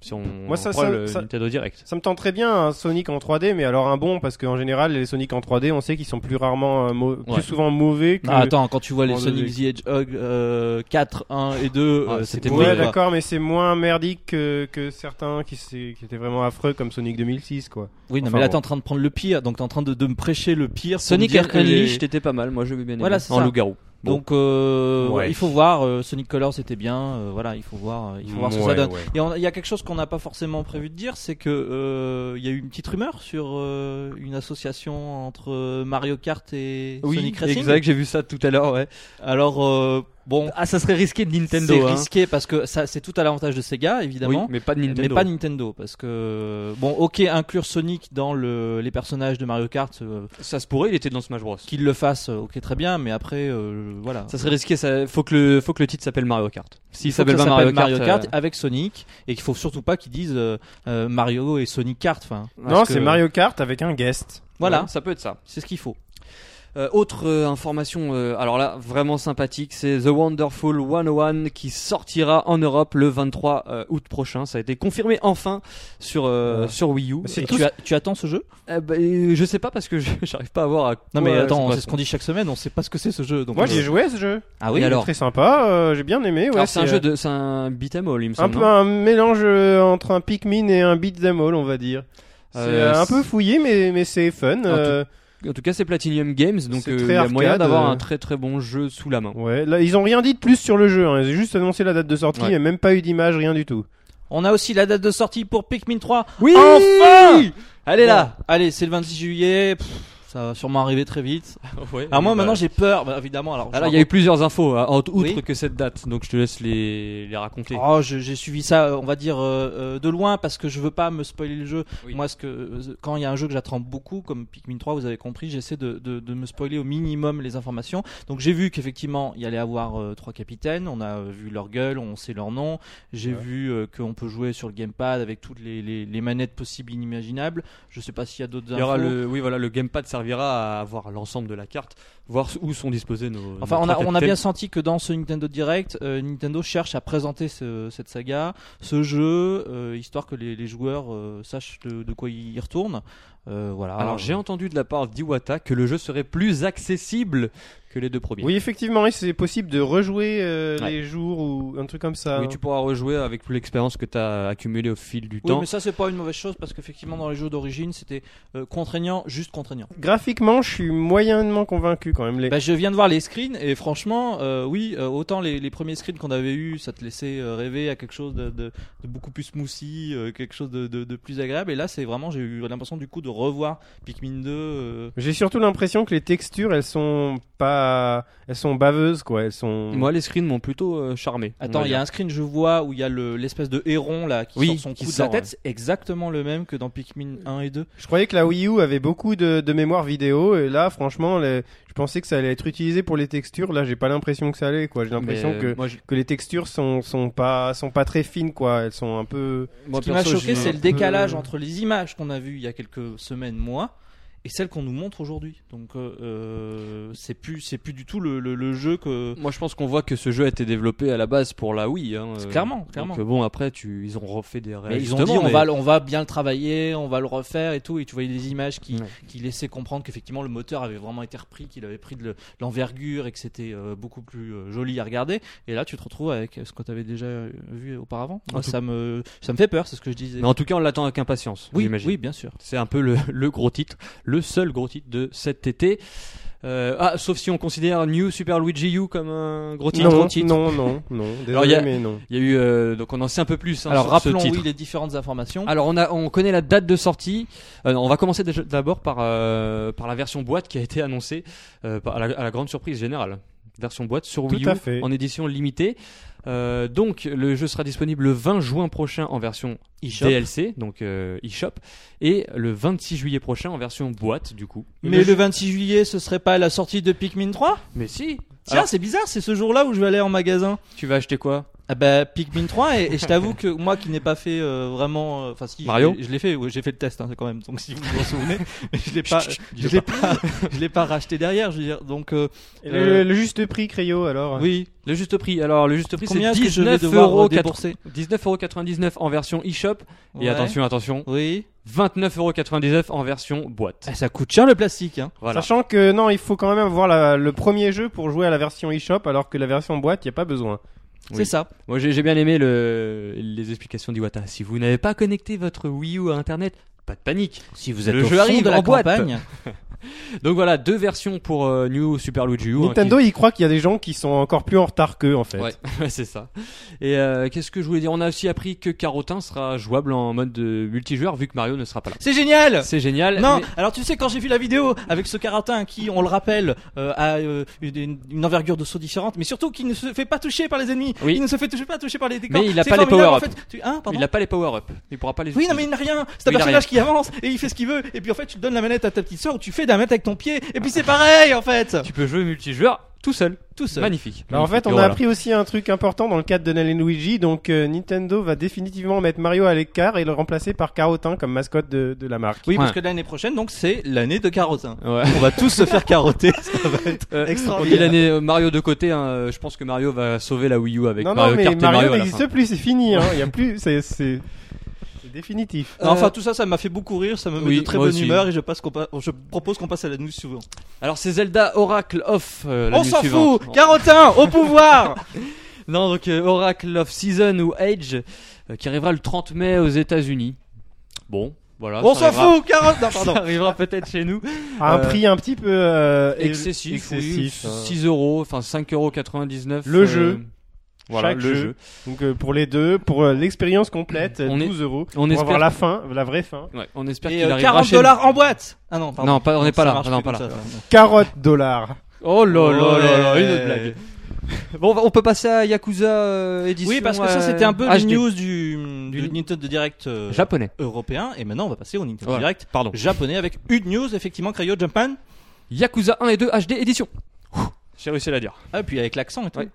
Si on
Moi, ça-
reprend
ça-
le
ça-
Nintendo Direct.
Ça me tente très bien un Sonic en 3D, mais alors un bon parce qu'en général les Sonic en 3D, on sait qu'ils sont plus rarement, euh, mau-
Ouais.
plus souvent mauvais. Que...
Ah, attends, quand tu vois les
Bon,
Sonic the Hedgehog euh, 4, 1 et 2,
Ah,
euh,
c'était
c'était
pourri,
Ouais,
quoi.
d'accord, mais c'est moins merdique que, que certains qui, s'est- qui étaient vraiment affreux comme Sonic 2006, quoi.
Oui, non,
Enfin,
mais là
bon.
t'es en train de prendre le pire, donc t'es en train de, de me prêcher le pire. pour
Sonic
me dire que les-
Unleashed était pas mal, moi je veux bien aimé.
Voilà, c'est
en
ça.
loup-garou. Bon.
Donc euh,
Ouais.
il faut voir. euh, Sonic Colors c'était bien. euh, voilà, il faut voir. euh, il faut voir ce que ça donne. Et on- il y a quelque chose qu'on n'a pas forcément prévu de dire, c'est que euh, il y a eu une petite rumeur sur euh, une association entre euh, Mario Kart et Sonic Racing.
exact, j'ai vu ça tout à l'heure, ouais.
Alors euh, bon,
Ah, ça serait risqué de Nintendo,
c'est
hein.
risqué parce que ça c'est tout à l'avantage de Sega évidemment.
Oui, mais pas de
Mais
Nintendo.
pas Nintendo, parce que bon, ok, inclure Sonic dans le, les personnages de Mario Kart, euh,
Ça se pourrait, il était dans Smash Bros.
qu'il le fasse, euh, ok, très bien, mais après, euh, voilà.
Ça serait risqué, ça... faut, que le... faut que le titre s'appelle Mario Kart. S'il
Il faut que
s'appelle
ça
pas Mario Kart. euh,
avec Sonic, et qu'il faut surtout pas qu'ils disent euh, euh, Mario et Sonic Kart. Enfin,
non,
parce
c'est
que-
Mario Kart avec un guest.
voilà,
Ouais, ça peut être ça.
c'est ce qu'il faut.
Euh, autre euh, information, euh, alors là, vraiment sympathique, c'est The Wonderful 101 qui sortira en Europe le 23 euh, août prochain. Ça a été confirmé enfin sur, euh,
Ouais.
sur Wii U.
C'est
Et
tout
tu, a- tu attends Bah, ce jeu
Euh, bah, euh, je sais pas parce que je- j'arrive pas à voir à
Non, mais
quoi
attends,
ça
c'est ce qu'on
correspond.
dit chaque semaine, on sait pas ce que c'est ce jeu. Donc
Moi,
euh,
j'ai joué à ce jeu.
Ah
Et
oui,
alors
Très sympa, euh, j'ai bien aimé. Ouais,
Alors, c'est un jeu de. C'est un beat'em all, il me
euh, Un
semble. hein.
peu
non
un mélange euh, entre un Pikmin et un beat'em all, on va dire. C'est
Euh,
euh, un
c'est-
peu fouillé, mais, mais c'est fun.
tout-
euh,
En tout cas, c'est Platinum Games, donc
C'est
euh, il
très
y a moyen
arcade,
d'avoir
euh.
un très très bon jeu sous la main.
Ouais, là, ils ont rien dit de plus sur le jeu. Hein. Ils ont juste annoncé la date de sortie,
Ouais.
mais même pas eu d'image, rien du tout.
on a aussi la date de sortie pour Pikmin 3.
Oui
Enfin
Allez
Bon,
là
Allez, c'est le 26 juillet, pff, ça va sûrement arriver très vite.
Ouais,
Alors Ah, moi
bah,
maintenant j'ai peur, bah, évidemment. Alors, je
Alors, Ah, il y a eu
raconte-
plusieurs infos, hein, outre
Oui.
que cette date, donc je te laisse les, les raconter.
Oh, je- j'ai suivi ça, euh, on va dire euh, euh, de loin parce que je veux pas me spoiler le jeu.
Oui.
Moi, ce que euh, quand il y a un jeu que j'attends beaucoup, comme Pikmin 3, vous avez compris, j'essaie de, de, de me spoiler au minimum les informations. Donc j'ai vu qu'effectivement il y allait avoir euh, trois capitaines. On a euh, vu leur gueule, on sait leur nom. J'ai vu euh, qu'on peut jouer sur le gamepad avec toutes les, les, les manettes possibles inimaginables. Je sais pas s'il y a d'autres
Il y aura
infos.
le, oui, voilà, le gamepad servira à voir l'ensemble de la carte, voir où sont disposés nos.
Enfin,
nos
on a,
trois
on a bien
capitaines.
senti que dans ce Nintendo Direct, euh, Nintendo cherche à présenter ce- cette saga, ce jeu, euh, histoire que les, les joueurs euh, sachent de, de quoi ils retournent. Euh, voilà.
Alors, j'ai entendu de la part d'Iwata que le jeu serait plus accessible que les deux premiers.
Oui, effectivement, oui, c'est possible de rejouer euh,
Ouais.
les jours ou un truc comme ça.
Oui, tu pourras rejouer avec toute l'expérience que tu as accumulée au fil du
Oui,
temps.
mais ça c'est pas une mauvaise chose parce qu'effectivement dans les jeux d'origine c'était euh, contraignant, juste contraignant.
Graphiquement, je suis moyennement convaincu quand même. Les...
Bah, je viens de voir les screens et franchement, euh, oui, euh, autant les, les premiers screens qu'on avait eu, ça te laissait euh, rêver à quelque chose de, de- de beaucoup plus moussi, euh, quelque chose de, de- de plus agréable. Et là c'est vraiment, j'ai eu l'impression du coup de revoir Pikmin 2. euh,
J'ai surtout l'impression que les textures, elles sont pas, elles sont baveuses quoi. Elles sont.
Moi, les screens m'ont plutôt euh, charmé. on
Attends,
va
il y a
dire.
un screen, je vois, où il y a le- l'espèce de héron là qui
Oui,
sort son
qui
cou de
sort,
la tête. C'est exactement le même que dans Pikmin 1 et 2.
Je croyais que la Wii U avait beaucoup de, de mémoire vidéo et là, franchement, les- je pensais que ça allait être utilisé pour les textures. Là, j'ai pas l'impression que ça allait quoi. J'ai l'impression
Mais, euh,
que
moi, je-
que les textures sont sont pas sont pas très fines quoi. Elles sont un peu.
moi,
Ce qui m'a
perso,
choqué,
j'ai-
c'est le décalage entre les images qu'on a vues il y a quelques semaines, mois, et celle qu'on nous montre aujourd'hui. Donc euh, euh, c'est plus c'est plus du tout le, le- le jeu que
Moi, je pense qu'on voit que ce jeu a été développé à la base pour la Wii. hein, euh,
Clairement,
donc,
clairement.
euh, bon, après, tu, ils ont refait des
Mais ils ont
réajustements,
dit on
mais-
va on va bien le travailler, on va le refaire et tout et tu voyais des images qui
Ouais.
qui laissaient comprendre qu'effectivement le moteur avait vraiment été repris, qu'il avait pris de le- l'envergure et que c'était euh, beaucoup plus euh, joli à regarder et là tu te retrouves avec ce que tu avais déjà euh, vu auparavant.
En
Moi,
tout-
ça me ça me fait peur, c'est ce que je disais.
Mais en tout cas, on l'attend avec impatience.
oui,
j'imagine.
oui, bien sûr.
C'est un peu le, le gros titre, le seul gros titre de cet été. Euh, ah, sauf si on considère New Super Luigi U comme un gros titre.
non,
gros titre.
non, non, non,
Alors, il y
désolé,
a-
mais non.
Il y a eu, euh, donc on en sait un peu plus hein,
Alors
sur
rappelons
ce titre.
oui les différentes informations.
Alors on, a, on connaît la date de sortie. Euh, non, on va commencer déjà- d'abord par, euh, par la version boîte qui a été annoncée euh, par- à, la, à la grande surprise générale. Version boîte sur
Tout
Wii
à
U
fait.
en édition limitée. Euh, donc le jeu sera disponible le 20 juin prochain en version
eShop.
DLC, donc euh, eShop, et le 26 juillet prochain en version boîte du coup.
Mais le 26 juillet, ce serait pas la sortie de Pikmin 3
Mais si
Tiens, c'est bizarre, c'est ce jour-là où je vais aller en magasin.
Tu vas acheter quoi
Ah bah Pikmin 3 et, et je t'avoue que moi qui n'ai pas fait euh, vraiment, euh, enfin si je
Mario
l'ai- je l'ai fait, ouais, j'ai fait le test hein, quand même. Donc si vous vous en souvenez, mais je l'ai pas,
Chut, chut,
je
dis-le
l'ai
pas.
pas, je l'ai pas racheté derrière. Je veux dire, donc euh,
Et
Euh,
Le, le juste prix, Cryo, alors.
Oui, le juste prix. Alors le juste prix c'est
combien est-ce que je vais
19
devoir
euros
euh, débourser
19,99€ en version eShop
Ouais.
et attention attention
Oui.
29,99€ en version boîte.
Ah, ça coûte cher le plastique. Hein.
Voilà.
Sachant que non, il faut quand même avoir la- le premier jeu pour jouer à la version eShop, alors que la version boîte, il n'y a pas besoin.
Oui.
C'est ça.
Moi j'ai j'ai bien aimé le, les explications d'Iwata. Si vous n'avez pas connecté votre Wii U à Internet, pas de panique.
Si vous
êtes
le
au
jeu
fond
arrive
de
la
la boîte.
campagne.
Donc voilà, deux versions pour euh, New Super Luigi U. hein,
Nintendo, il croit qu'il y a des gens qui sont encore plus en retard qu'eux, en fait.
Ouais, ouais, c'est ça. Et euh, qu'est-ce que je voulais dire On a aussi appris que Carotin sera jouable en mode de multijoueur vu que Mario ne sera pas là.
C'est génial.
C'est génial.
Euh, Non,
mais-
alors tu sais, quand j'ai vu la vidéo avec ce caratin qui, on le rappelle, euh, a euh, une, une envergure de saut différente, mais surtout qui ne se fait pas toucher par les ennemis,
Oui.
il ne se fait toucher- pas toucher par les décors.
Mais il a
C'est
pas les
formidable,
power-up.
en fait. Tu- hein, pardon
il n'a pas les power-up. Il pourra pas les
oui, non, mais
utiliser.
il n'a rien. C'est un
Oui, il n'a
personnage qui avance et il fait ce qu'il veut. Et puis en fait, tu donnes la manette à ta petite soeur ou tu fais de la manette avec ton pied. Et puis c'est pareil en fait.
Tu peux jouer multijoueur tout seul.
Tout seul.
Magnifique.
Alors Bah, en fait,
Magnifique.
on
Et
a
voilà.
appris aussi un truc important dans le cadre de Nalen Luigi. Donc euh, Nintendo va définitivement mettre Mario à l'écart et le remplacer par Carotin comme mascotte de, de la marque.
Oui, parce
Ouais.
que l'année prochaine, donc c'est l'année de carotin.
Ouais.
On va tous se faire carotter. Ça va être
Euh, on dit
extraordinaire.
l'année euh, Mario de côté. hein, euh, je pense que Mario va sauver la Wii U avec
non,
Mario
non, mais
Kart et
Mario
Mario à la fin.
n'existe plus, c'est fini. Hein. Il y a plus, c'est c'est- c'est définitif.
Non, Enfin,
Euh,
tout ça, ça m'a fait beaucoup rire. Ça me met
oui,
de très
moi
bonne
aussi.
humeur et je, passe qu'on pa- je propose qu'on passe à la news suivante.
Alors c'est Zelda Oracle of euh, la
On
nuit
s'en
suivante.
fout Carotin, au pouvoir
Non donc euh, Oracle of Season ou Age euh, qui arrivera le 30 mai aux États-Unis. Bon, voilà.
On
ça
s'en
Ah, arrivera-
fout Carotin
Ça arrivera peut-être chez nous.
À un
Euh,
prix un petit peu euh, é-
Excessif,
excessif,
oui,
hein.
6 euros, enfin 5,99 euros.
Le jeu.
Voilà,
Chaque
le
jeu.
jeu.
Donc euh, pour les deux, pour euh, l'expérience complète,
On est-
12 euros.
On
Pour
espère,
avoir la fin, la vraie fin.
ouais, on espère
Et
qu'il
euh,
arrivera
40
chez nous.
dollars en boîte Ah non, pardon.
Non, pas- on n'est pas là, non, pas là.
Carotte dollar.
Oh là là là là,
Ouais.
une autre blague. Bon, on va- on peut passer à Yakuza euh, édition.
Oui, parce que ça c'était un peu
euh,
les
HD.
news du, du Nintendo Direct euh,
japonais.
européen. Et maintenant on va passer au Nintendo
Voilà.
Direct
Pardon.
japonais avec une news, effectivement, Cryo Jumpman.
Yakuza 1 et 2 HD édition. Ouh, J'ai réussi à la dire.
Ah, et puis avec l'accent et tout. Ouais.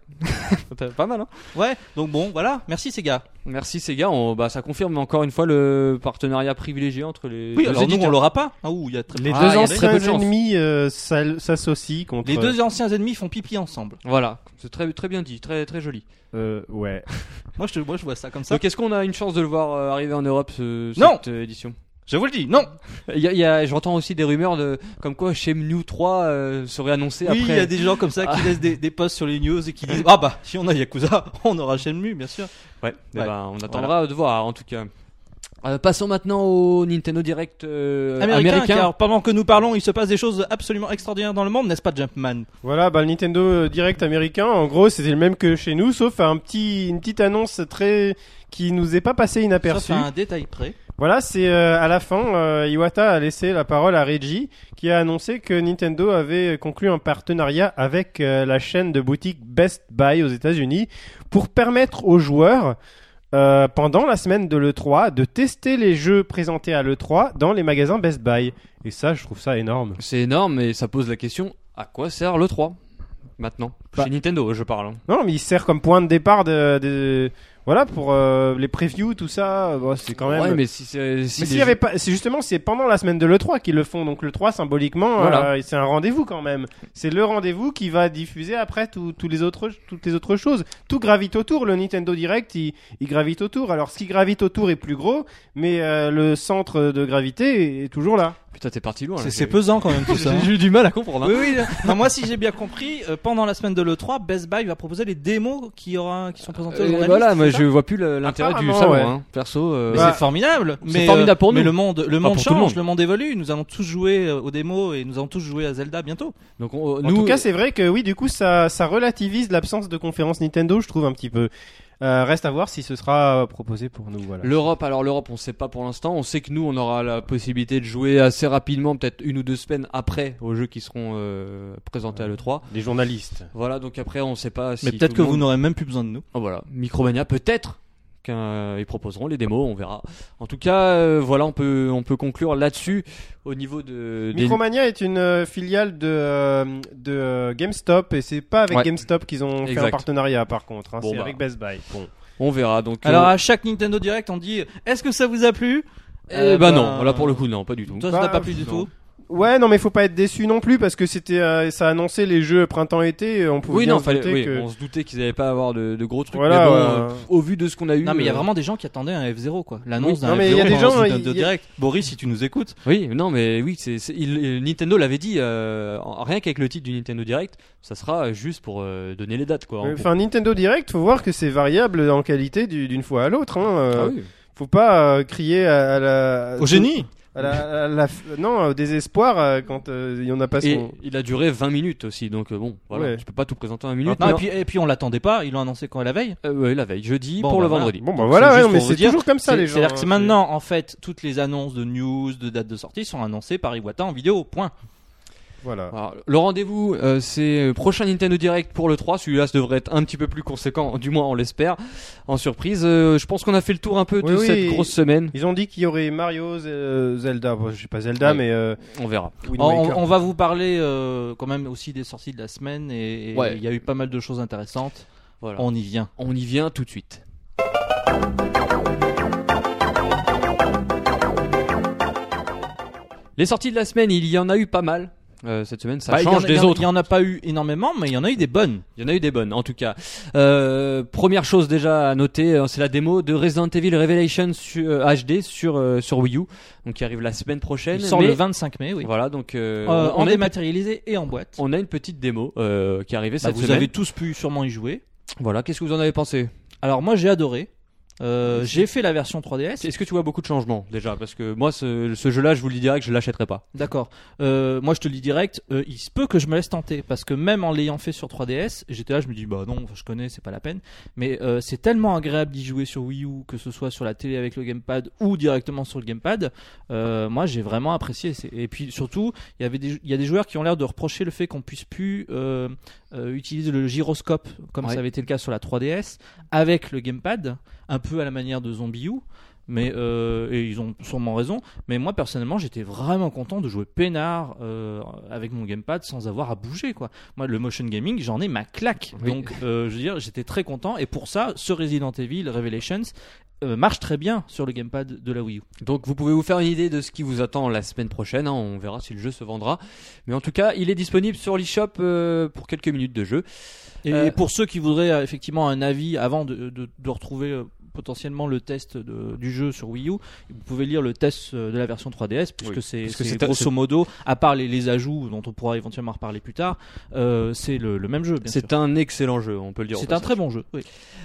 Ouais. pas mal, hein
donc bon, voilà. Merci ces gars.
Merci ces gars, on- bah, ça confirme encore une fois le partenariat privilégié entre les
Oui,
deux
alors Euh, nous on
éditeurs.
l'aura pas. Ah, ouh, il y a très
Les
Ah,
deux
il y a très peu
anciens
de chance.
ennemis euh, s'al- s'associent contre.
Les deux anciens ennemis font pipi ensemble.
Voilà, c'est très, très bien dit, très, très joli.
euh, ouais.
Moi je, te- moi, je vois ça comme ça.
Donc est-ce qu'on a une chance de le voir euh, arriver en Europe ce-
Non.
cette euh, édition
Je vous le dis, non
Il y a- il y a- J'entends aussi des rumeurs de comme quoi chez New 3 euh, serait annoncé
Oui, il
après.
y a des gens comme ça qui laissent des, des posts sur les news et qui disent Ah bah, si on a Yakuza, on aura Shenmue, bien sûr.
Ouais, eh
Ouais.
ben, on attendra de voir en tout cas. Euh, passons maintenant au Nintendo Direct euh,
américain,
américain.
car pendant que nous parlons, il se passe des choses absolument extraordinaires dans le monde, n'est-ce pas, Jumpman
Voilà, bah, le Nintendo euh, Direct américain, en gros, c'était le même que chez nous, sauf un petit, une petite annonce très qui nous est pas passée inaperçue.
Sauf à un détail près.
Voilà, c'est euh, à la fin, euh, Iwata a laissé la parole à Reggie, qui a annoncé que Nintendo avait conclu un partenariat avec euh, la chaîne de boutique Best Buy aux États-Unis pour permettre aux joueurs, euh, pendant la semaine de l'E3, de tester les jeux présentés à l'E3 dans les magasins Best Buy. Et ça, je trouve ça énorme.
C'est énorme et ça pose la question à quoi sert le 3 maintenant
Bah.
Chez Nintendo, je parle. hein.
Non, mais il sert comme point de départ de, de- Voilà pour euh, les previews, tout ça. bon, c'est quand même.
Ouais, mais si c'est. si
Mais s'il
les-
y avait pas, c'est justement c'est pendant la semaine de l'E3 qu'ils le font, donc l'E3 symboliquement,
Voilà.
euh, c'est un rendez-vous quand même. C'est le rendez-vous qui va diffuser après tout- tous les autres, toutes les autres choses. Tout gravite autour, le Nintendo Direct il, il gravite autour. Alors ce qui gravite autour est plus gros, mais euh, le centre de gravité est, est toujours là.
Putain, t'es parti loin. là,
C'est- C'est
j'ai-
pesant quand même tout ça. hein.
J'ai eu du mal à comprendre. hein.
Oui, oui. Non, moi, si j'ai bien compris, euh, pendant la semaine de l'E3, Best Buy va proposer les démos qui, aura, qui sont présentées aux
Euh,
journalistes.
voilà, moi
c'est ça
je vois plus le- l'intérêt du
Apparemment,
salon,
ouais.
hein. perso. euh,
Mais
Bah,
c'est formidable.
c'est
mais,
formidable
euh,
pour
Mais
nous.
le monde, le monde
pour tout
change,
le
le
monde.
monde. évolue. Nous allons tous jouer euh, aux démos et nous allons tous jouer à Zelda bientôt.
Donc on-
En
nous,
tout cas, c'est vrai que oui, du coup, ça, ça relativise l'absence de conférence Nintendo, je trouve un petit peu. Euh, reste à voir si ce sera euh, proposé pour nous. Voilà.
l'Europe, alors l'Europe, on sait pas pour l'instant. On sait que nous, on aura la possibilité de jouer assez rapidement, peut-être une ou deux semaines après aux jeux qui seront euh, présentés à l'E3.
Les journalistes.
Voilà, donc après, on sait pas si.
mais peut-être
tout
que
le
vous
monde-
n'aurez même plus besoin de nous.
Oh, voilà, Micromania, peut-être qu'ils proposeront les démos, on verra. En tout cas, euh, voilà, on peut, on peut conclure là-dessus au niveau de. des-
Micromania est une euh, filiale de, euh, de euh, GameStop et c'est pas avec
Ouais.
GameStop qu'ils ont fait un
Exact.
partenariat par contre, hein,
Bon,
c'est
bah.
avec Best Buy. Bon.
On verra. Donc,
Alors ah,
euh,
à chaque Nintendo Direct, on dit Est-ce que ça vous a plu
eh ben non, là pour le coup, non, pas du tout.
Toi, ça
Bah,
t'a pas plu du
non.
tout.
Ouais, non mais faut pas être déçu non plus parce que c'était euh, ça annonçait les jeux printemps-été, on pouvait
Oui,
bien
non,
se
fallait,
douter
oui,
que
on se doutait qu'ils n'allaient pas avoir de, de gros trucs.
Voilà,
mais bon,
ouais.
euh, au vu de ce qu'on a eu.
Non mais il y a
euh,
vraiment des gens qui attendaient un F0 quoi. L'annonce
Oui,
d'un
non, mais
F0
il y a des
pendant
gens,
ce Nintendo
il y a-
Direct. Boris, si tu nous écoutes,
Oui, non, mais oui, c'est c'est- il- euh, Nintendo l'avait dit, euh, en- rien qu'avec le titre du Nintendo Direct, ça sera juste pour euh, donner les dates, quoi. en
Ouais,
gros.
Enfin, Nintendo Direct, faut voir que c'est variable en qualité du- d'une fois à l'autre. Hein. euh,
Ah oui.
Faut pas euh, crier à, à la
au génie.
à la- à la- non, au désespoir euh, quand euh, il y en a pas.
Et
son-
il a duré 20 minutes aussi, donc euh, bon, voilà,
Ouais.
je peux pas tout présenter en 20 minutes.
Ah,
Non,
mais
et, puis, et puis on l'attendait pas. Ils l'ont annoncé quand la veille.
euh, ouais, la veille, jeudi
Bon,
pour
bah
le
voilà.
vendredi.
Bon bah
c'est
voilà,
juste
ouais, mais
pour
c'est
vous dire,
toujours comme ça
C'est-
les gens.
C'est-à-dire
hein,
que maintenant, en fait, toutes les annonces de news, de dates de sortie sont annoncées par Iwata en vidéo. Point.
Voilà.
Alors, le rendez-vous, euh, c'est euh, prochain Nintendo Direct pour le 3. Celui-là, ça devrait être un petit peu plus conséquent, du moins on l'espère. En surprise, Euh, je pense qu'on a fait le tour un peu de
Oui, oui.
cette grosse semaine.
Ils ont dit qu'il y aurait Mario, Ze- euh, Zelda, bon, je sais pas Zelda,
Oui.
mais euh,
On verra.
Wind
On,
Waker.
on va vous parler euh, quand même aussi des sorties de la semaine et et il
Ouais.
y a eu pas mal de choses intéressantes.
Voilà.
On y vient.
On y vient tout de suite. Les sorties de la semaine, il y en a eu pas mal. euh, cette semaine, ça
Bah, il y en
change
a- il y
des
en a-
autres.
Il y en a pas eu énormément, mais il y en a eu des bonnes.
Il y en a eu des bonnes, en tout cas. Euh, première chose déjà à noter, euh, c'est la démo de Resident Evil Revelation su- euh, HD sur euh, sur Wii U, donc qui arrive la semaine prochaine.
E.
Il sort
mais-
le 25 mai, oui.
Voilà, donc euh,
Euh,
on,
en
a une,
dématérialisé et en boîte.
on a une petite démo euh, qui est arrivée
Bah,
cette
vous
semaine.
avez tous pu sûrement y jouer.
Voilà, qu'est-ce que vous en avez pensé
Alors moi j'ai adoré. Euh, j'ai fait la version 3DS.
Est-ce que tu vois beaucoup de changements déjà Parce que moi, ce, ce jeu-là, je vous le dis direct, je l'achèterai pas.
D'accord. Euh, moi, je te le dis direct, euh, il se peut que je me laisse tenter parce que même en l'ayant fait sur 3DS, j'étais là, je me dis bah non, je connais, c'est pas la peine. Mais euh, c'est tellement agréable d'y jouer sur Wii U, que ce soit sur la télé avec le gamepad ou directement sur le gamepad. euh, moi, j'ai vraiment apprécié. C'est- Et puis surtout, il y avait des, il y a des joueurs qui ont l'air de reprocher le fait qu'on puisse plus euh, euh, utiliser le gyroscope comme
Ouais.
ça avait été le cas sur la 3DS avec le gamepad, un peu à la manière de Zombie U. Mais euh, et ils ont sûrement raison. Mais moi personnellement, j'étais vraiment content de jouer peinard euh, avec mon gamepad sans avoir à bouger quoi. Moi, le motion gaming, j'en ai ma claque.
Oui.
Donc, euh, je veux dire, j'étais très content. Et pour ça, ce Resident Evil Revelations euh, marche très bien sur le gamepad de la Wii U.
Donc vous pouvez vous faire une idée de ce qui vous attend la semaine prochaine, hein. on verra si le jeu se vendra. Mais en tout cas, il est disponible sur l'eShop euh, pour quelques minutes de jeu.
Et
Euh,
pour ceux qui voudraient euh, effectivement un avis avant de, de- de retrouver euh, potentiellement le test de- du jeu sur Wii U, vous pouvez lire le test euh, de la version 3DS puisque
Oui,
c'est
parce que
c'est
c'est-
grosso modo, à part les, les ajouts dont on pourra éventuellement reparler plus tard, euh, c'est le, le même jeu. bien sûr.
C'est un excellent jeu, on peut le dire. au
C'est un
passage.
très bon jeu. oui.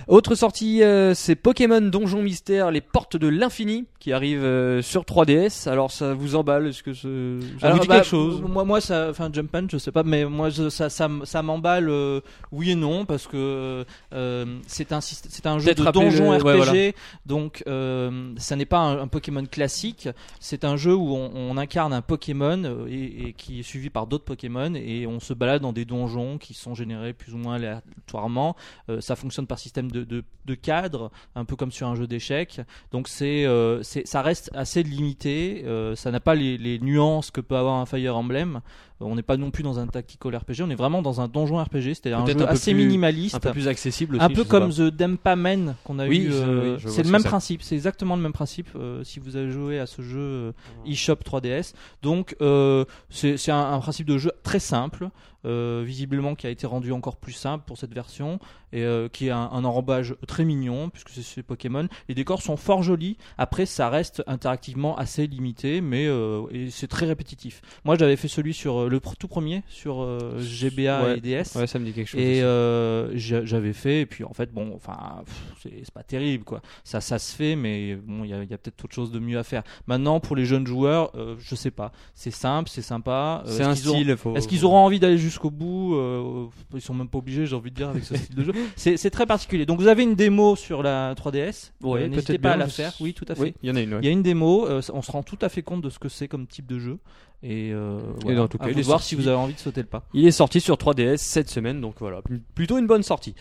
Autre sortie, euh, c'est Pokémon Donjon Mystère, les portes de l'infini, qui arrive euh, sur 3DS. Alors ça vous emballe, est-ce que ce... ça vous dit
bah,
quelque chose
Moi, moi, ça, enfin, Jump Punch, je sais pas, mais moi, je- ça, ça, m- ça m'emballe. euh, oui et non, parce que euh, c'est un, syst- c'est un jeu
Peut-être
de
rappeler
donjon
le-
RPG
ouais, ouais, voilà.
RPG, donc euh, ça n'est pas un, un Pokémon classique. C'est un jeu où on, on incarne un Pokémon euh, et, et qui est suivi par d'autres Pokémon et on se balade dans des donjons qui sont générés plus ou moins aléatoirement. Euh, ça fonctionne par système de, de, de cadre, un peu comme sur un jeu d'échecs. Donc c'est, euh, c'est- ça reste assez limité. euh, ça n'a pas les, les nuances que peut avoir un Fire Emblem. Euh, On n'est pas non plus dans un tactical RPG. On est vraiment dans un donjon RPG, c'est-à-dire un
Peut-être
jeu
un peu
assez
plus-
minimaliste
Un peu plus accessible aussi.
un
je
peu
sais
comme
pas.
The Dempaman qu'on a
Oui,
eu.
je-
euh,
oui, je vois
c'est
ce
le
que
même
c'est.
principe, c'est exactement le même principe euh, si vous avez joué à ce jeu euh, eShop 3DS. Donc euh, c'est c'est un, un principe de jeu très simple, euh, visiblement qui a été rendu encore plus simple pour cette version et euh, qui a un, un enrobage très mignon puisque c'est c'est Pokémon. Les décors sont fort jolis. Après, ça reste interactivement assez limité, mais euh, et c'est très répétitif. Moi, j'avais fait celui sur euh, le pr- tout premier sur euh, GBA
Ouais.
et DS.
Ouais, ça me dit quelque chose.
Et
aussi.
euh, j'a- j'avais fait, et puis en fait, bon, enfin, pff, c'est c'est pas terrible, quoi. Ça, ça se fait, mais bon, il y a, il y a peut-être autre chose de mieux à faire. Maintenant, pour les jeunes joueurs, euh, je sais pas. C'est simple, c'est sympa. Euh,
c'est
est-ce
un
qu'ils auront-
style. faut-
Est-ce qu'ils auront envie d'aller jusqu'au bout Euh, Ils sont même pas obligés, j'ai envie de dire, avec ce style de jeu. C'est c'est très particulier. Donc, vous avez une démo sur la 3DS.
Ouais,
Euh, N'hésitez
peut-être
pas à
bien,
la
je-
faire. Oui, tout à fait.
Oui, il y en a une. ouais.
Il y a une démo, euh, on se rend tout à fait compte de ce que c'est comme type de jeu. Et, euh, voilà.
en tout
À
cas, il
vous
est
de voir
sorti.
si vous avez envie de sauter le pas.
Il est sorti sur 3DS cette semaine, donc voilà, pl- plutôt une bonne sortie.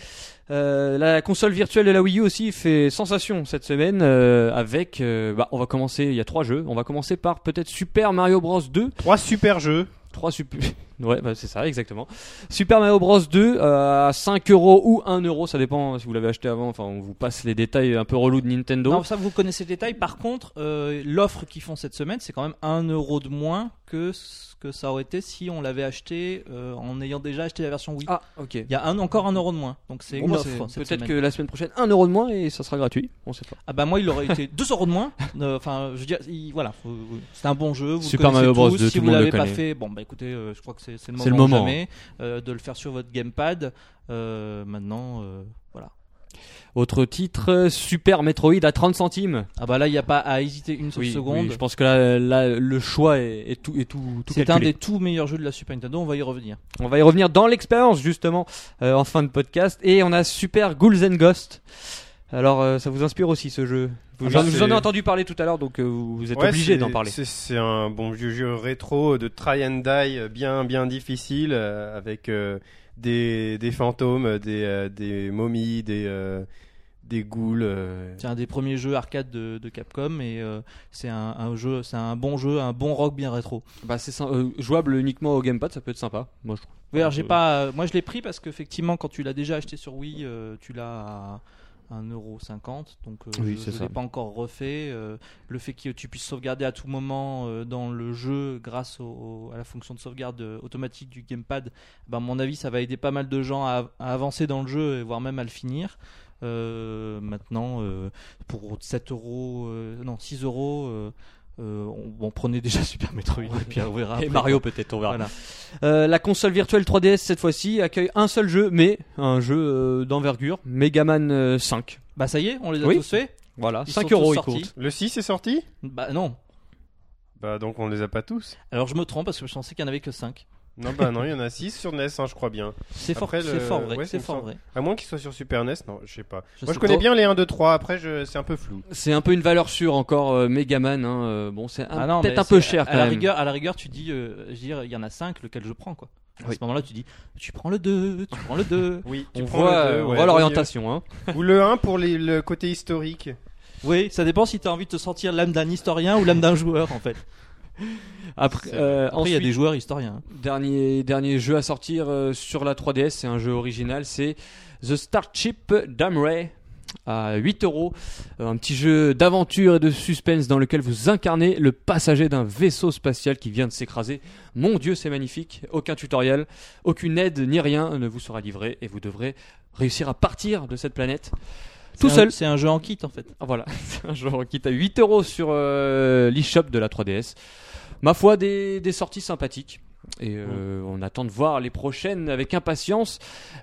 Euh, la console virtuelle de la Wii U aussi fait sensation cette semaine euh, avec, euh, bah, on va commencer, il y a trois jeux, on va commencer par peut-être Super Mario Bros 2,
Trois super jeux.
trois super, ouais bah, c'est ça exactement, Super Mario Bros 2 euh, à 5 euros ou 1 euro, ça dépend si vous l'avez acheté avant, enfin on vous passe les détails un peu relous de Nintendo.
Non, ça vous connaissez le détail. Par contre, euh, l'offre qu'ils font cette semaine, c'est quand même un euro de moins que ce que ça aurait été si on l'avait acheté euh, en ayant déjà acheté la version Wii.
ah ok.
Il y a un, encore un euro de moins, donc c'est
Bon,
une
bah,
offre.
c'est-
cette
Peut-être
semaine.
que la semaine prochaine 1 euro de moins et ça sera gratuit, on sait pas.
ah bah moi il aurait été 2 euros de moins. Euh, Enfin, je veux dire, il- voilà, faut- faut- c'est un bon jeu. Vous le
Super
connaissez
Mario Bros.
tous.
deux,
si
tout le
vous
monde le
l'avez pas
connaît.
fait, bon bah écoutez, euh, je crois que c'est c'est le
C'est
moment,
le moment.
ou jamais euh, de le faire sur votre gamepad. Euh, maintenant, euh, voilà.
Autre titre, euh, Super Metroid à 30 centimes.
Ah bah là il n'y a pas à hésiter une seule
Oui,
seconde.
oui, je pense que là, là, le choix est, est tout, est tout, tout
c'est un
calculé.
des tout meilleurs jeux de la Super Nintendo. On va y revenir.
On va y revenir dans l'expérience justement euh, en fin de podcast et on a Super Ghouls and Ghost. Alors euh, ça vous inspire aussi ce jeu vous,
Ah
j'en-
bah,
je vous en ai
c'est-
entendu parler tout à l'heure donc euh, vous vous êtes
Ouais,
obligé
c'est-
d'en parler.
c'est- C'est un bon vieux jeu rétro de try and die euh, bien bien difficile euh, avec euh, des, des fantômes, euh, des, euh, des momies, des, euh, des ghouls. euh.
C'est un des premiers jeux arcade de, de Capcom et euh, c'est un, un jeu, c'est un bon jeu, un bon rock bien rétro.
Bah, c'est sym- euh, jouable uniquement au gamepad, ça peut être sympa. Moi, je trouve.
Oui, alors j'ai
Euh,
pas, euh, moi je l'ai pris parce qu'effectivement quand tu l'as déjà acheté sur Wii, euh, tu l'as à 1,50€, donc euh,
Oui,
je,
c'est
je
ça.
l'ai pas encore refait. euh, le fait que tu puisses sauvegarder à tout moment euh, dans le jeu grâce au- au- à la fonction de sauvegarde euh, automatique du gamepad, ben, à mon avis ça va aider pas mal de gens à, à avancer dans le jeu et voire même à le finir. Euh, maintenant, euh, pour 7 euros, euh, non 6 euros, euh, euh, on, on prenait déjà Super Metroid et puis on verra.
Et
après,
Mario
quoi.
peut-être, on verra.
Voilà.
Ah, Euh, la console virtuelle 3DS cette fois-ci accueille un seul jeu, mais un jeu euh, d'envergure, Mega Man euh, 5.
Bah ça y est, on les a
Oui.
tous fait.
Voilà,
Ils
5
sont
Ah, euros
tous
il
sortis.
coûte.
Le 6 est sorti
Bah non.
Bah donc on les a pas tous.
Alors je me trompe parce que je pensais qu'il n'y en avait que 5.
Non bah non, il y en a 6 sur NES hein, je crois bien.
C'est fort,
Après,
c'est
le-
fort vrai.
ouais,
c'est
il me
fort
semble.
vrai.
À moins qu'ils soient sur Super NES, non, je sais pas.
Je
Moi
sais
je connais
pas.
bien les 1 2 3, après je... c'est un peu flou.
C'est un peu une valeur sûre encore, euh, Megaman. Hein, euh, bon, c'est un-
Ah non,
peut-être
mais
un peu
c'est-
cher
à,
quand
la
même.
Rigueur, à la rigueur, tu dis, euh, je veux dire, il y en a 5, lequel je prends quoi. À
Oui.
ce moment-là, tu dis, tu prends le 2, tu prends le 2.
Oui, tu
on
prends
voit,
le deux,
euh, on
ouais,
voit
vaut
l'orientation. Hein.
mieux. Ou le 1 pour les- le côté historique.
oui, ça dépend si tu as envie de te sentir l'âme d'un historien ou l'âme d'un joueur en fait.
Après,
C'est
euh,
Après, il y a
ensuite,
des joueurs historiens. hein.
dernier, dernier jeu à sortir euh, sur la 3DS, c'est un jeu original, c'est The Starship Damray à 8 euros. Euh, Un petit jeu d'aventure et de suspense dans lequel vous incarnez le passager d'un vaisseau spatial qui vient de s'écraser. Mon dieu, c'est magnifique. Aucun tutoriel, aucune aide ni rien ne vous sera livré et vous devrez réussir à partir de cette planète tout
C'est un-
seul.
C'est un jeu en kit en fait.
Ah, Voilà, c'est un jeu qui est à 8 euros sur euh, l'eShop de la 3DS. Ma foi, des, des sorties sympathiques. Et euh, on attend de voir les prochaines avec impatience.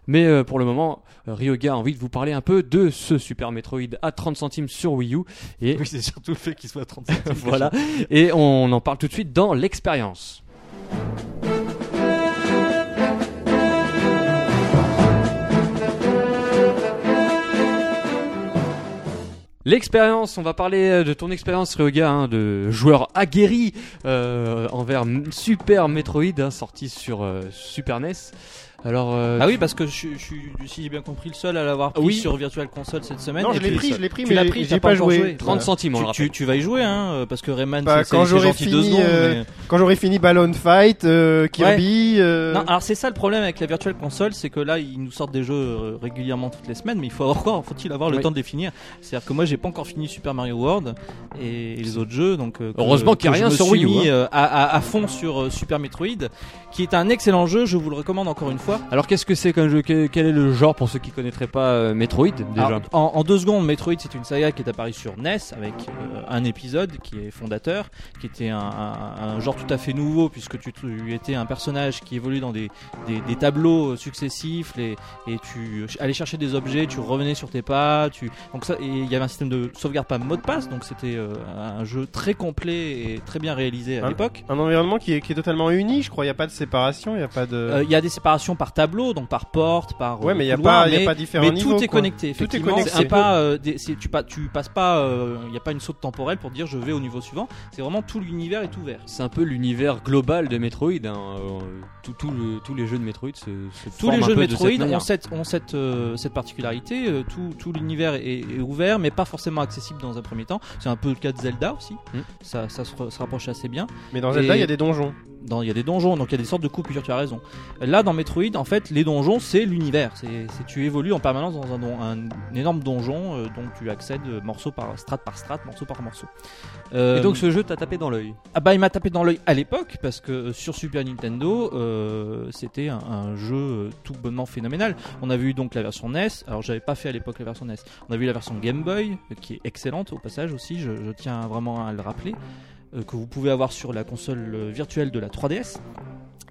Mais euh, pour le moment, euh, Ryoga a envie de vous parler un peu de ce Super Metroid à 30 centimes sur Wii U. Et
c'est surtout le fait qu'il soit à 35.
voilà. Et on en parle tout de suite dans l'expérience. L'expérience, on va parler euh, de ton expérience Ryoga, hein, de joueur aguerri euh, envers M- Super Metroid, hein, sorti sur euh, Super NES. Alors, euh,
Ah oui, parce que je, suis- je suis, si j'ai bien compris, le seul à l'avoir pris
Oui.
sur Virtual Console cette semaine.
Non,
Et
je l'ai
tu-
pris, je l'ai pris,
tu
mais
l'as
j'ai-
pris,
j'ai
t'as
pas
pas encore
joué.
joué.
30
Voilà.
centimes, on le
Tu,
rappelle.
tu, tu vas y jouer, hein, euh, parce que Rayman,
Bah,
c'est- c'est
quand
c'est
j'aurai
gentil deux
fini,
secondes.
euh,
mais-
Quand j'aurai fini Balloon Fight, euh, Kirby. euh,
Non, alors c'est ça le problème avec la Virtual Console, c'est que là, ils nous sortent des jeux euh, régulièrement toutes les semaines, mais il faut avoir encore, faut-il avoir le
Oui.
temps de les finir. C'est-à-dire que moi, j'ai pas encore fini Super Mario World et, et les autres jeux, donc euh, que-
Heureusement qu'il y a
que je
rien
me
sur Wii
suis
U,
mis, euh, à, à- à fond sur euh, Super Metroid, qui est un excellent jeu, je vous le recommande encore une fois.
alors qu'est-ce que c'est qu'un jeu Que- Quel est le genre pour ceux qui connaîtraient pas euh, Metroid déjà
Alors, en, en deux secondes, Metroid, c'est une saga qui est apparue sur NES avec euh, un épisode qui est fondateur, qui était un, un- un genre tout à fait nouveau puisque tu, tu étais un personnage qui évolue dans des, des- des tableaux euh, successifs les- et tu euh, ch- allais chercher des objets, tu revenais sur tes pas, tu donc ça et il y avait un système de sauvegarde par mot de passe donc c'était euh, un jeu très complet et très bien réalisé à
Hein
l'époque.
Un environnement qui est, qui est totalement uni, je crois. Il n'y a pas de séparation, il n'y a pas de.
Euh, Il y a des séparations par tableau, donc par porte, par. euh,
ouais, mais il n'y a,
couloir,
pas- il y a
mais-
pas différents
mais
niveaux.
tout est
quoi.
connecté.
Tout est
Effectivement,
connecté.
C'est pas, euh, des- c'est- tu, pas, tu passes pas. Il n'y a pas une saute temporelle pour dire je vais au niveau suivant. C'est vraiment tout l'univers est ouvert.
C'est un peu l'univers global de Metroid. hein, euh, tout- tout le- tous les jeux de Metroid se, se
Tous
forment
les
un
jeux de
peu cette
Metroid ont
manière.
cette, ont cette, euh, cette particularité. euh, tout tout l'univers est, est ouvert, mais pas forcément accessible dans un premier temps. C'est un peu le cas de Zelda aussi.
Mm.
Ça, ça se, re- se rapproche assez bien.
Mais dans Zelda, il
Et-
y a des donjons.
Dans- Il y a des donjons, donc il y a des sortes de coupures, tu as raison. Là, dans Metroid, en fait, les donjons, c'est l'univers. C'est, c'est- tu évolues en permanence dans un, don- un- un énorme donjon euh, dont tu accèdes euh, morceau par strate par strate, morceau par morceau. Euh,
Et donc ce jeu t'a tapé dans l'œil.
ah bah, il m'a tapé dans l'œil à l'époque parce que euh, sur Super Nintendo, euh, c'était un, un jeu euh, tout bonnement phénoménal. On a vu donc la version NES. Alors j'avais pas fait à l'époque la version NES. On a vu la version Game Boy euh, qui est excellente au passage aussi. Je, je tiens vraiment à le rappeler euh, que vous pouvez avoir sur la console euh, virtuelle de la 3DS.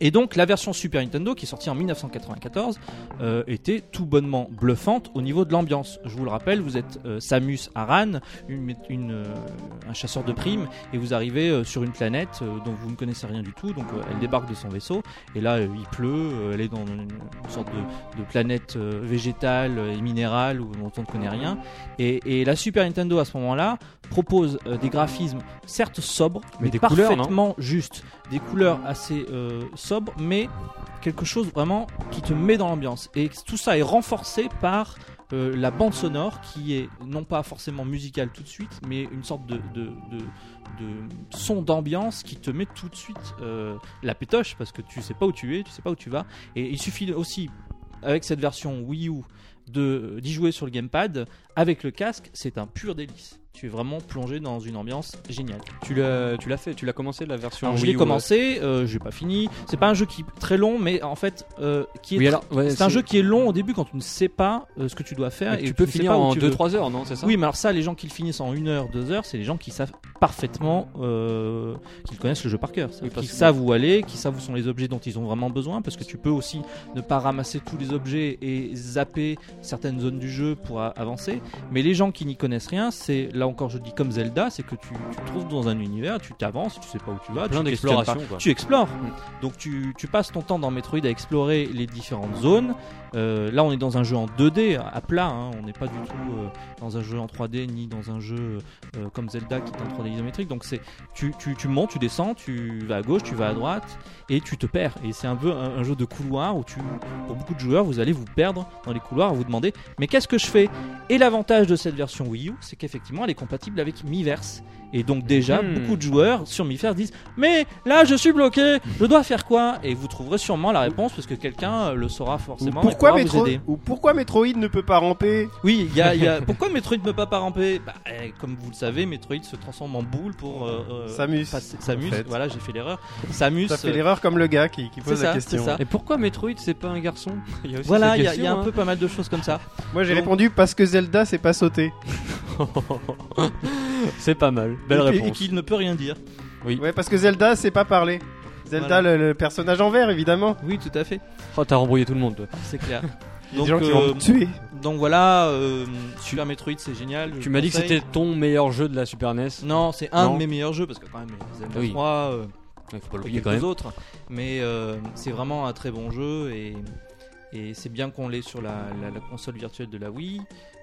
Et donc la version Super Nintendo qui est sortie en 1994 euh, était tout bonnement bluffante au niveau de l'ambiance. Je vous le rappelle, vous êtes euh, Samus Aran, une- une, euh, un chasseur de primes et vous arrivez euh, sur une planète euh, dont vous ne connaissez rien du tout. Donc euh, elle débarque de son vaisseau et là euh, il pleut, euh, elle est dans une, une sorte de, de planète euh, végétale euh, et minérale où dont on ne connaît rien. Et, et la Super Nintendo à ce moment-là propose euh, des graphismes certes sobres
Mais
mais,
des couleurs, non
parfaitement justes, des couleurs assez euh, sobres mais quelque chose vraiment qui te met dans l'ambiance. Et tout ça est renforcé par euh, la bande sonore qui est non pas forcément musicale tout de suite, mais une sorte de, de, de- de son d'ambiance qui te met tout de suite euh, la pétoche parce que tu sais pas où tu es, tu sais pas où tu vas. Et il suffit aussi avec cette version Wii U de- d'y jouer sur le gamepad avec le casque, c'est un pur délice. Tu es vraiment plongé dans une ambiance géniale.
Tu l'as, tu l'as fait, tu l'as commencé la version.
Alors, je
Wii
l'ai
U,
commencé, euh, j'ai pas fini. C'est pas un jeu qui est très long, mais en fait, euh, qui
euh.
est
Oui, alors, ouais,
c'est un jeu qui est long au début quand tu ne sais pas euh, ce que tu dois faire.
Mais
et
tu peux
ne sais
finir
pas où
en
tu
2-3 heures, non C'est ça
veux. Oui, mais alors ça, les gens qui le finissent en 1 heure, 2 heures, c'est les gens qui savent parfaitement euh, qu'ils connaissent le jeu par cœur.
Oui,
qui
parce que-
savent où aller, qui savent où sont les objets dont ils ont vraiment besoin, parce que tu peux aussi ne pas ramasser tous les objets et zapper certaines zones du jeu pour a- avancer. Mais les gens qui n'y connaissent rien, c'est là encore, je dis comme Zelda, c'est que tu, tu te trouves dans un univers, tu t'avances, tu sais pas où tu vas,
Plein
tu questionnes pas
d'explorations, quoi. Mm.
tu explores. Donc tu, tu passes ton temps dans Metroid à explorer les différentes zones. Euh, là, on est dans un jeu en 2D à plat. hein. On n'est pas du tout euh, dans un jeu en 3D ni dans un jeu euh, comme Zelda qui est en 3D isométrique. Donc c'est tu, tu- tu montes, tu descends, tu vas à gauche, tu vas à droite et tu te perds. Et c'est un peu un, un jeu de couloir où tu, pour beaucoup de joueurs, vous allez vous perdre dans les couloirs et vous demander mais qu'est-ce que je fais Et l'avantage de cette version Wii U, c'est qu'effectivement, elle est compatible avec Miiverse. Et donc déjà,
Hmm.
beaucoup de joueurs sur Miiverse disent mais là, je suis bloqué, je dois faire quoi Et vous trouverez sûrement la réponse parce que quelqu'un euh, le saura
Ou
forcément. et
pourquoi,
pourra vous
Metro-
aider.
ou pourquoi Metroid ne peut pas ramper
Oui, il y a, il y a- pourquoi Metroid ne peut pas ramper bah, euh, Comme vous le savez, Metroid se transforme en boule pour euh, euh,
Samus.
passer- Samus.
en fait.
Voilà, j'ai fait l'erreur. Samus.
T'as fait
euh,
l'erreur comme le gars qui, qui pose
c'est
la
ça,
question.
c'est ça.
Et pourquoi Metroid c'est pas un garçon Il y a aussi
Voilà,
cette
il y, a-
question,
il y a
hein.
un peu pas mal de choses comme ça.
Moi j'ai
Donc-
répondu parce que Zelda c'est pas sauté.
hein. c'est pas mal. Belle
Et- et- Et
réponse.
qu'il ne peut rien dire.
Ouais, parce que Zelda c'est pas parler. Zelda le, le personnage en vert évidemment.
Oui, tout à fait.
Oh, t'as rembrouillé tout le monde. toi.
C'est clair.
Il y a des gens qui vont
euh,
me tuer.
donc voilà, euh, Super Metroid, c'est génial. je
Tu m'as dit que
conseille. Mm.
c'était ton meilleur jeu de la Super E NES.
Non, c'est un
Non.
de mes meilleurs jeux parce que quand même, Zelda
Oui.
3, euh,
Il faut pas
et
l'oublier
quelques
quand même.
autres. Mais euh, c'est vraiment un très bon jeu et, et c'est bien qu'on l'ait sur la, la- la console virtuelle de la Wii.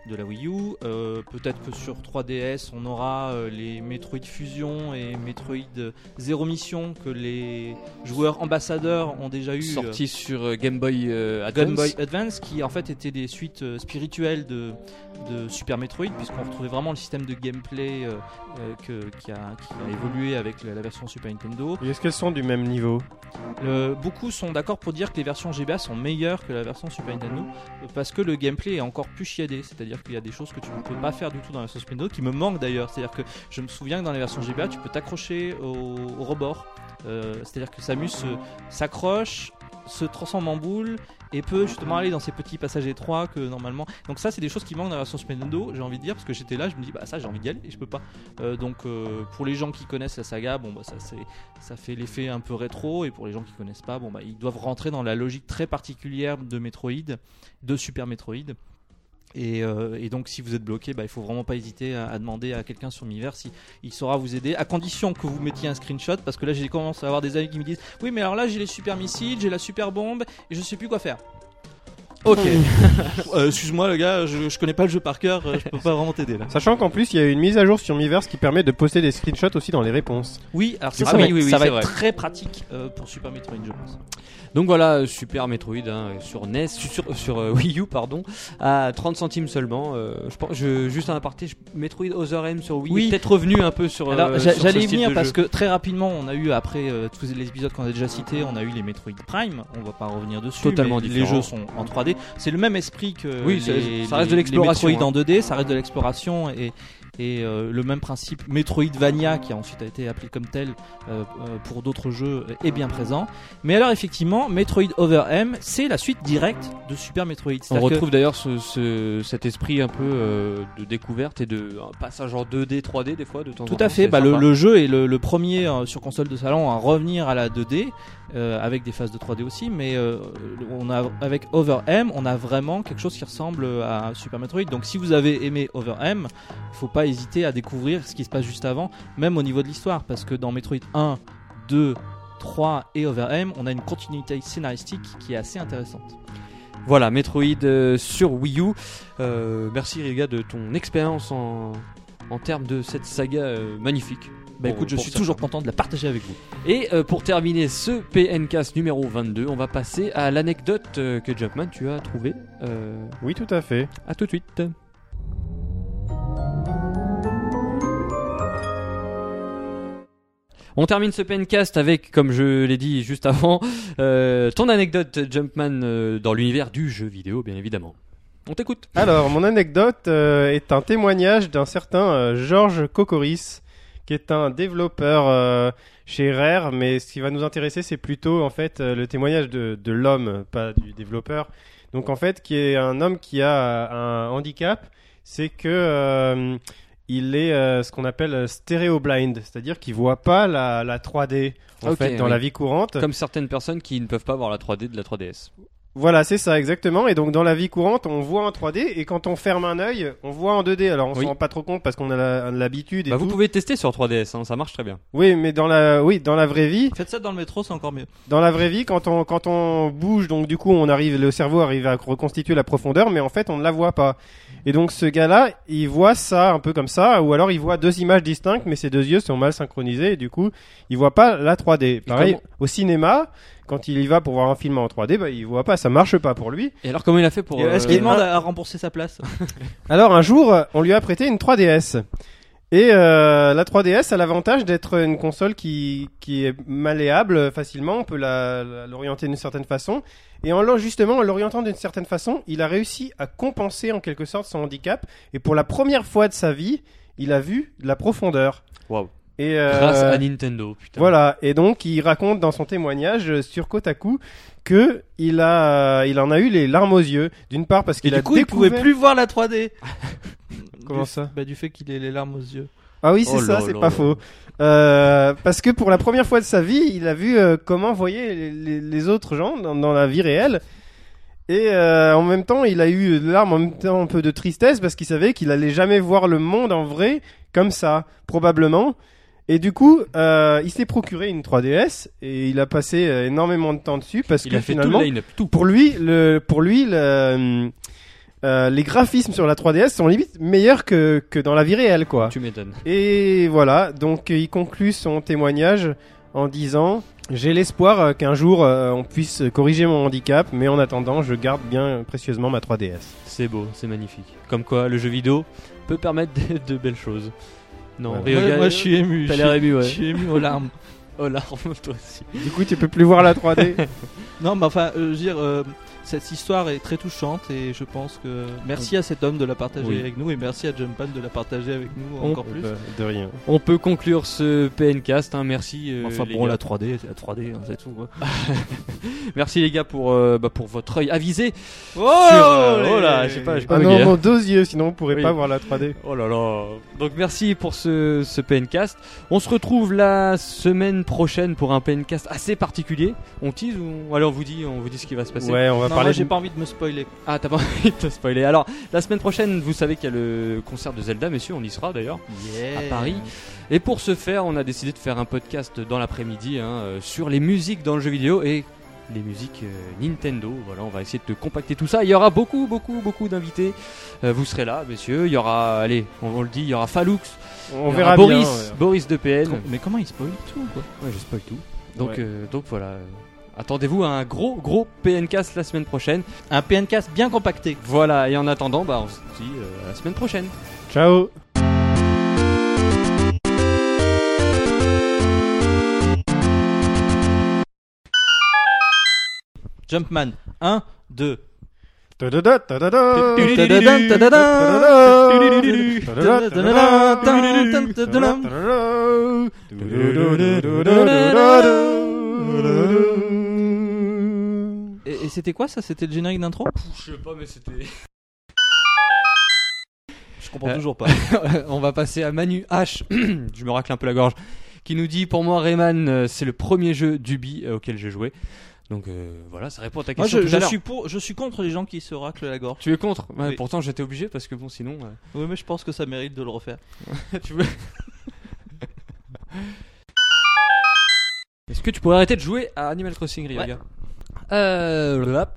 de la Wii U. Euh, Peut-être que sur 3DS, on aura euh, les Metroid Fusion et Metroid Zero Mission que les joueurs ambassadeurs ont déjà eu. euh,
Sorti sur euh, Game Boy euh, Advance.
Game Boy Advance qui en fait étaient des suites euh, spirituelles de, de Super Metroid puisqu'on retrouvait vraiment le système de gameplay euh, euh, que- qui, a, qui a évolué avec la, la version Super Nintendo.
Et Est-ce qu'elles sont du même niveau
Le- beaucoup sont d'accord pour dire que les versions GBA sont meilleures que la version Super Nintendo euh, parce que le gameplay est encore plus chiadé, c'est-à-dire qu'il y a des choses que tu ne peux pas faire du tout dans la version Super Nintendo qui me manquent d'ailleurs, c'est-à-dire que je me souviens que dans les versions GBA tu peux t'accrocher au, au rebord, Euh, c'est-à-dire que Samus euh, s'accroche, se transforme en boule et peut justement aller dans ces petits passages étroits que normalement. Donc ça, c'est des choses qui manquent dans la version Super Nintendo, j'ai envie de dire, parce que j'étais là, je me dis bah ça j'ai envie d'y aller et je peux pas. Euh, donc euh, pour les gens qui connaissent la saga, bon bah ça c'est ça fait l'effet un peu rétro et pour les gens qui connaissent pas, bon bah ils doivent rentrer dans la logique très particulière de Metroid, de Super Metroid. Et, euh, et donc si vous êtes bloqué, bah, il faut vraiment pas hésiter à, à demander à quelqu'un sur Miiverse si il saura vous aider, à condition que vous mettiez un screenshot, parce que là j'ai commencé à avoir des amis qui me disent oui mais alors là j'ai les super missiles, j'ai la super bombe et je sais plus quoi faire. Ok. Euh, Excuse-moi le gars, je, je connais pas le jeu par cœur, euh, je peux pas vraiment t'aider là.
Sachant qu'en plus, il y a une mise à jour sur Miiverse qui permet de poster des screenshots aussi dans les réponses.
Oui, alors ça,
Ah
ça
oui,
va, être-
oui, oui,
ça va
c'est
être
vrai.
très pratique euh, pour Super Metroid, je pense.
Donc voilà, euh, Super Metroid hein, sur NES, sur, sur, euh, Wii U pardon, à 30 centimes seulement. euh, je pense, je, juste un aparté, je- Metroid Other M sur Wii,
Oui.
est peut-être revenu un peu sur.
Alors,
euh,
j'a-
sur
j'allais
ce
y
style
venir
de
parce
jeu.
que très rapidement, on a eu après euh, tous les épisodes qu'on a déjà cités, on a eu les Metroid Prime. On va pas revenir dessus.
Totalement
mais Les
différent.
jeux sont en 3D. C'est le même esprit que
Oui, ça-
les,
ça reste de
les- les
l'exploration,
Metroid en 2D, ça reste de l'exploration et et euh, le même principe Metroidvania qui a ensuite été appelé comme tel euh, euh, pour d'autres jeux euh, est bien présent. Mais alors effectivement, Metroid Over M, c'est la suite directe de Super Metroid.
On
C'est-à-dire que-
retrouve d'ailleurs ce, ce- cet esprit un peu euh, de découverte et de un passage en 2D, 3D des fois de temps en temps.
Tout à fait.
c'est
Bah, le,
sympa.
le jeu est le, le premier euh, sur console de salon à revenir à la 2D euh, avec des phases de 3D aussi, mais euh, on a avec Over M, on a vraiment quelque chose qui ressemble à Super Metroid. Donc si vous avez aimé Over M, faut pas hésiter à découvrir ce qui se passe juste avant, même au niveau de l'histoire, parce que dans Metroid 1, 2 3 et Over M, on a une continuité scénaristique qui est assez intéressante.
Voilà, Metroid euh, sur Wii U. Euh, merci Riga de ton expérience en, en termes de cette saga euh, magnifique.
Bah
Pour-
écoute, je
pour
suis
certains.
toujours content de la partager avec vous.
Et euh, pour terminer ce PNcast numéro 22, on va passer à l'anecdote euh, que Jumpman tu as trouvée. Euh,
Oui, tout à fait.
à tout de suite. On termine ce pencast avec, comme je l'ai dit juste avant, euh, ton anecdote Jumpman euh, dans l'univers du jeu vidéo, bien évidemment. On t'écoute.
Alors, mon anecdote euh, est un témoignage d'un certain euh, Georges Kokoris, qui est un développeur euh, chez Rare, mais ce qui va nous intéresser, c'est plutôt en fait euh, le témoignage de, de l'homme, pas du développeur. Donc en fait, qui est un homme qui a euh, un handicap, c'est que euh, il est euh, ce qu'on appelle stéréo blind, c'est-à-dire qu'il voit pas la, la 3D en
Ok,
fait dans
oui.
la vie courante.
Comme certaines personnes qui ne peuvent pas voir la 3D de la 3DS.
Voilà, c'est ça, exactement. Et donc, dans la vie courante, on voit en 3D, et quand on ferme un œil, on voit en 2D. Alors, on
Oui.
s'en rend pas trop compte parce qu'on a la- l'habitude et
Bah,
tout.
vous pouvez tester sur 3DS, hein, ça marche très bien.
Oui, mais dans la, oui, dans la vraie vie,
Faites ça dans le métro, c'est encore mieux.
dans la vraie vie, quand on, quand on bouge, donc du coup, on arrive, le cerveau arrive à reconstituer la profondeur, mais en fait, on ne la voit pas. Et donc, ce gars-là, il voit ça un peu comme ça, ou alors il voit deux images distinctes, mais ses deux yeux sont mal synchronisés, et du coup, il voit pas la 3D. Pareil,
comment-
au cinéma, quand il y va pour voir un film en 3D, bah, il voit pas, ça marche pas pour lui.
Et alors comment il a fait pour...
Et est-ce
Je
qu'il
euh,
est mort
demande à à rembourser sa place.
Alors un jour, on lui a prêté une 3DS. Et euh, la 3DS a l'avantage d'être une console qui, qui est malléable euh, facilement, on peut la- la- l'orienter d'une certaine façon. Et en l'en- justement, en l'orientant d'une certaine façon, il a réussi à compenser en quelque sorte son handicap. Et pour la première fois de sa vie, il a vu de la profondeur.
Waouh.
Et euh,
Grâce à Nintendo, putain.
voilà, et donc il raconte dans son témoignage euh, sur Kotaku que il a, il en a eu les larmes aux yeux. D'une part parce
Et
qu'il a
du coup, il
découvert.
pouvait plus voir la 3D.
Comment
Du-
ça
Bah du fait qu'il ait les larmes aux yeux.
Ah oui, c'est
Oh
ça,
là
c'est
là
pas
là.
faux. Euh, parce que pour la première fois de sa vie, il a vu euh, comment voyaient les, les- les autres gens dans, dans la vie réelle. Et euh, en même temps, il a eu des larmes, en même temps un peu de tristesse parce qu'il savait qu'il allait jamais voir le monde en vrai comme ça, probablement. Et du coup, euh, il s'est procuré une 3DS et il a passé euh, énormément de temps dessus parce
Il
que
a fait tout
finalement,
le line-up, tout.
pour lui, le, pour lui, le, euh, les graphismes sur la 3DS sont limite meilleurs que, que dans la vie réelle, quoi.
Tu m'étonnes.
Et voilà, donc euh, il conclut son témoignage en disant J'ai l'espoir euh, qu'un jour euh, on puisse corriger mon handicap, mais en attendant, je garde bien euh, précieusement ma 3DS.
C'est beau, c'est magnifique. Comme quoi, le jeu vidéo peut permettre de, de belles choses. Non,
Ouais.
Ryoga,
moi, je suis ému.
t'as
je
l'air
suis-
ému,
Je
ouais.
suis ému aux larmes.
Oh l'arme, toi aussi.
Du coup, tu peux plus voir la 3D.
Non, mais enfin, euh, je veux dire, euh, cette histoire est très touchante et je pense que merci à cet homme de la partager
Oui.
avec nous et merci à Jumpman de la partager avec nous
On-
encore plus.
bah, de rien.
On peut conclure ce PNcast. Hein. Merci. euh,
Enfin
les
bon,
gars.
la 3D, c'est la 3D, hein, c'est tout. quoi.
Merci les gars pour, euh, bah, pour votre œil avisé.
Oh,
Sur, euh,
les-
oh là, je sais pas, je sais pas.
Ah
Ok.
non, non, deux yeux, sinon on pourrait
Oui.
pas voir la 3D.
Oh là là. Donc merci pour ce, ce PNcast. On se retrouve la semaine prochaine pour un PNcast assez particulier. On tease ou allez on vous dit on vous dit ce qui va se passer.
Ouais, on va
Bah, Non, moi,
parler.
j'ai
de-
pas envie de me spoiler.
Ah t'as pas envie de te spoiler. Alors la semaine prochaine vous savez qu'il y a le concert de Zelda messieurs on y sera d'ailleurs. À Paris. Et pour ce faire on a décidé de faire un podcast dans l'après-midi hein, euh, sur les musiques dans le jeu vidéo et les musiques euh, Nintendo. Voilà on va essayer de compacter tout ça. Il y aura beaucoup beaucoup beaucoup d'invités. Euh, vous serez là messieurs. Il y aura allez on, on le dit il y aura Falux.
On
Il y
verra
Ah,
aura
bien.
Boris,
ouais.
Boris de PN.
Com- Mais comment il spoil tout quoi
Ouais, je spoil tout. Donc,
Ouais.
euh, donc voilà. euh, Attendez-vous à un gros, gros PNcast la semaine prochaine.
Un PNCast bien compacté.
Voilà, et en attendant, bah, on se dit euh, à la semaine prochaine.
Ciao.
Jumpman, 1, 2.
Ta-da-da, ta-da-da.
Tadadam, tadadam.
Ta-da-da. Ta-da-da, ta-da-da.
Tadadam. Et et c'était quoi ça C'était le générique d'intro
Je sais pas, mais c'était.
Je comprends
Euh.
toujours pas.
on va passer à Manu H. je me racle un peu la gorge. Qui nous dit Pour moi, Rayman, euh, c'est le premier jeu d'Ubi euh, auquel j'ai joué. Donc euh, voilà, ça répond à ta
Moi,
question.
je,
tout à
je
l'heure.
suis pour, je suis contre les gens qui se raclent la gorge.
Tu es contre Ouais,
Oui.
Pourtant, j'étais obligé parce que bon, sinon. euh,
Oui, mais je pense que ça mérite de le refaire.
Tu veux- Est-ce que tu pourrais arrêter de jouer à Animal Crossing, Ryoga Euh. voilà.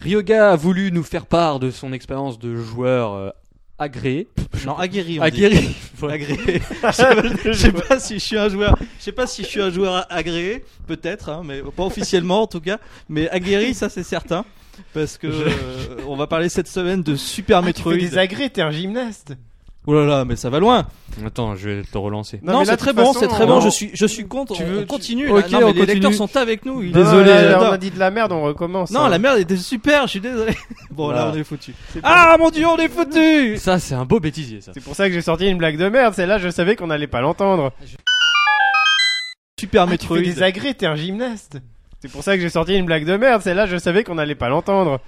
Ryoga a voulu nous faire part de son expérience de joueur euh, agréé.
Non, aguerri. On dit.
Aguerri. Voilà.
Agréé. je sais pas- je sais pas si je suis un joueur. Je sais pas si je suis un joueur a- agréé, peut-être, hein, mais pas officiellement en tout cas. Mais aguerri, ça c'est certain, parce que euh, on va parler cette semaine de Super
Ah, tu
Metroid.
fais des agrès, t'es un gymnaste.
Oh là là, mais ça va loin.
Attends, je vais te relancer.
mais
Non,
là,
c'est
de
très
toute
bon,
façon,
c'est très
on-
bon. Je suis, je suis contre.
Tu
on-
veux-
on continue.
tu-
là.
Ok,
Non, mais
on
les
continue.
lecteurs sont avec nous. ils-
Non,
Désolé,
là, là,
j'adore.
on a dit de la merde, euh, on recommence.
Non,
hein.
la merde était super. Je suis désolé. Bon, là,
Voilà.
on est foutu. Ah mon dieu, on est foutu.
Ça, c'est un beau bêtisier, ça.
C'est pour ça que j'ai sorti une blague de merde. Celle-là, je savais qu'on allait pas l'entendre.
Super
Tu
Metroid.
fais des agrès, t'es un gymnaste. C'est pour ça que j'ai sorti une blague de merde. Celle-là, je savais qu'on allait pas l'entendre.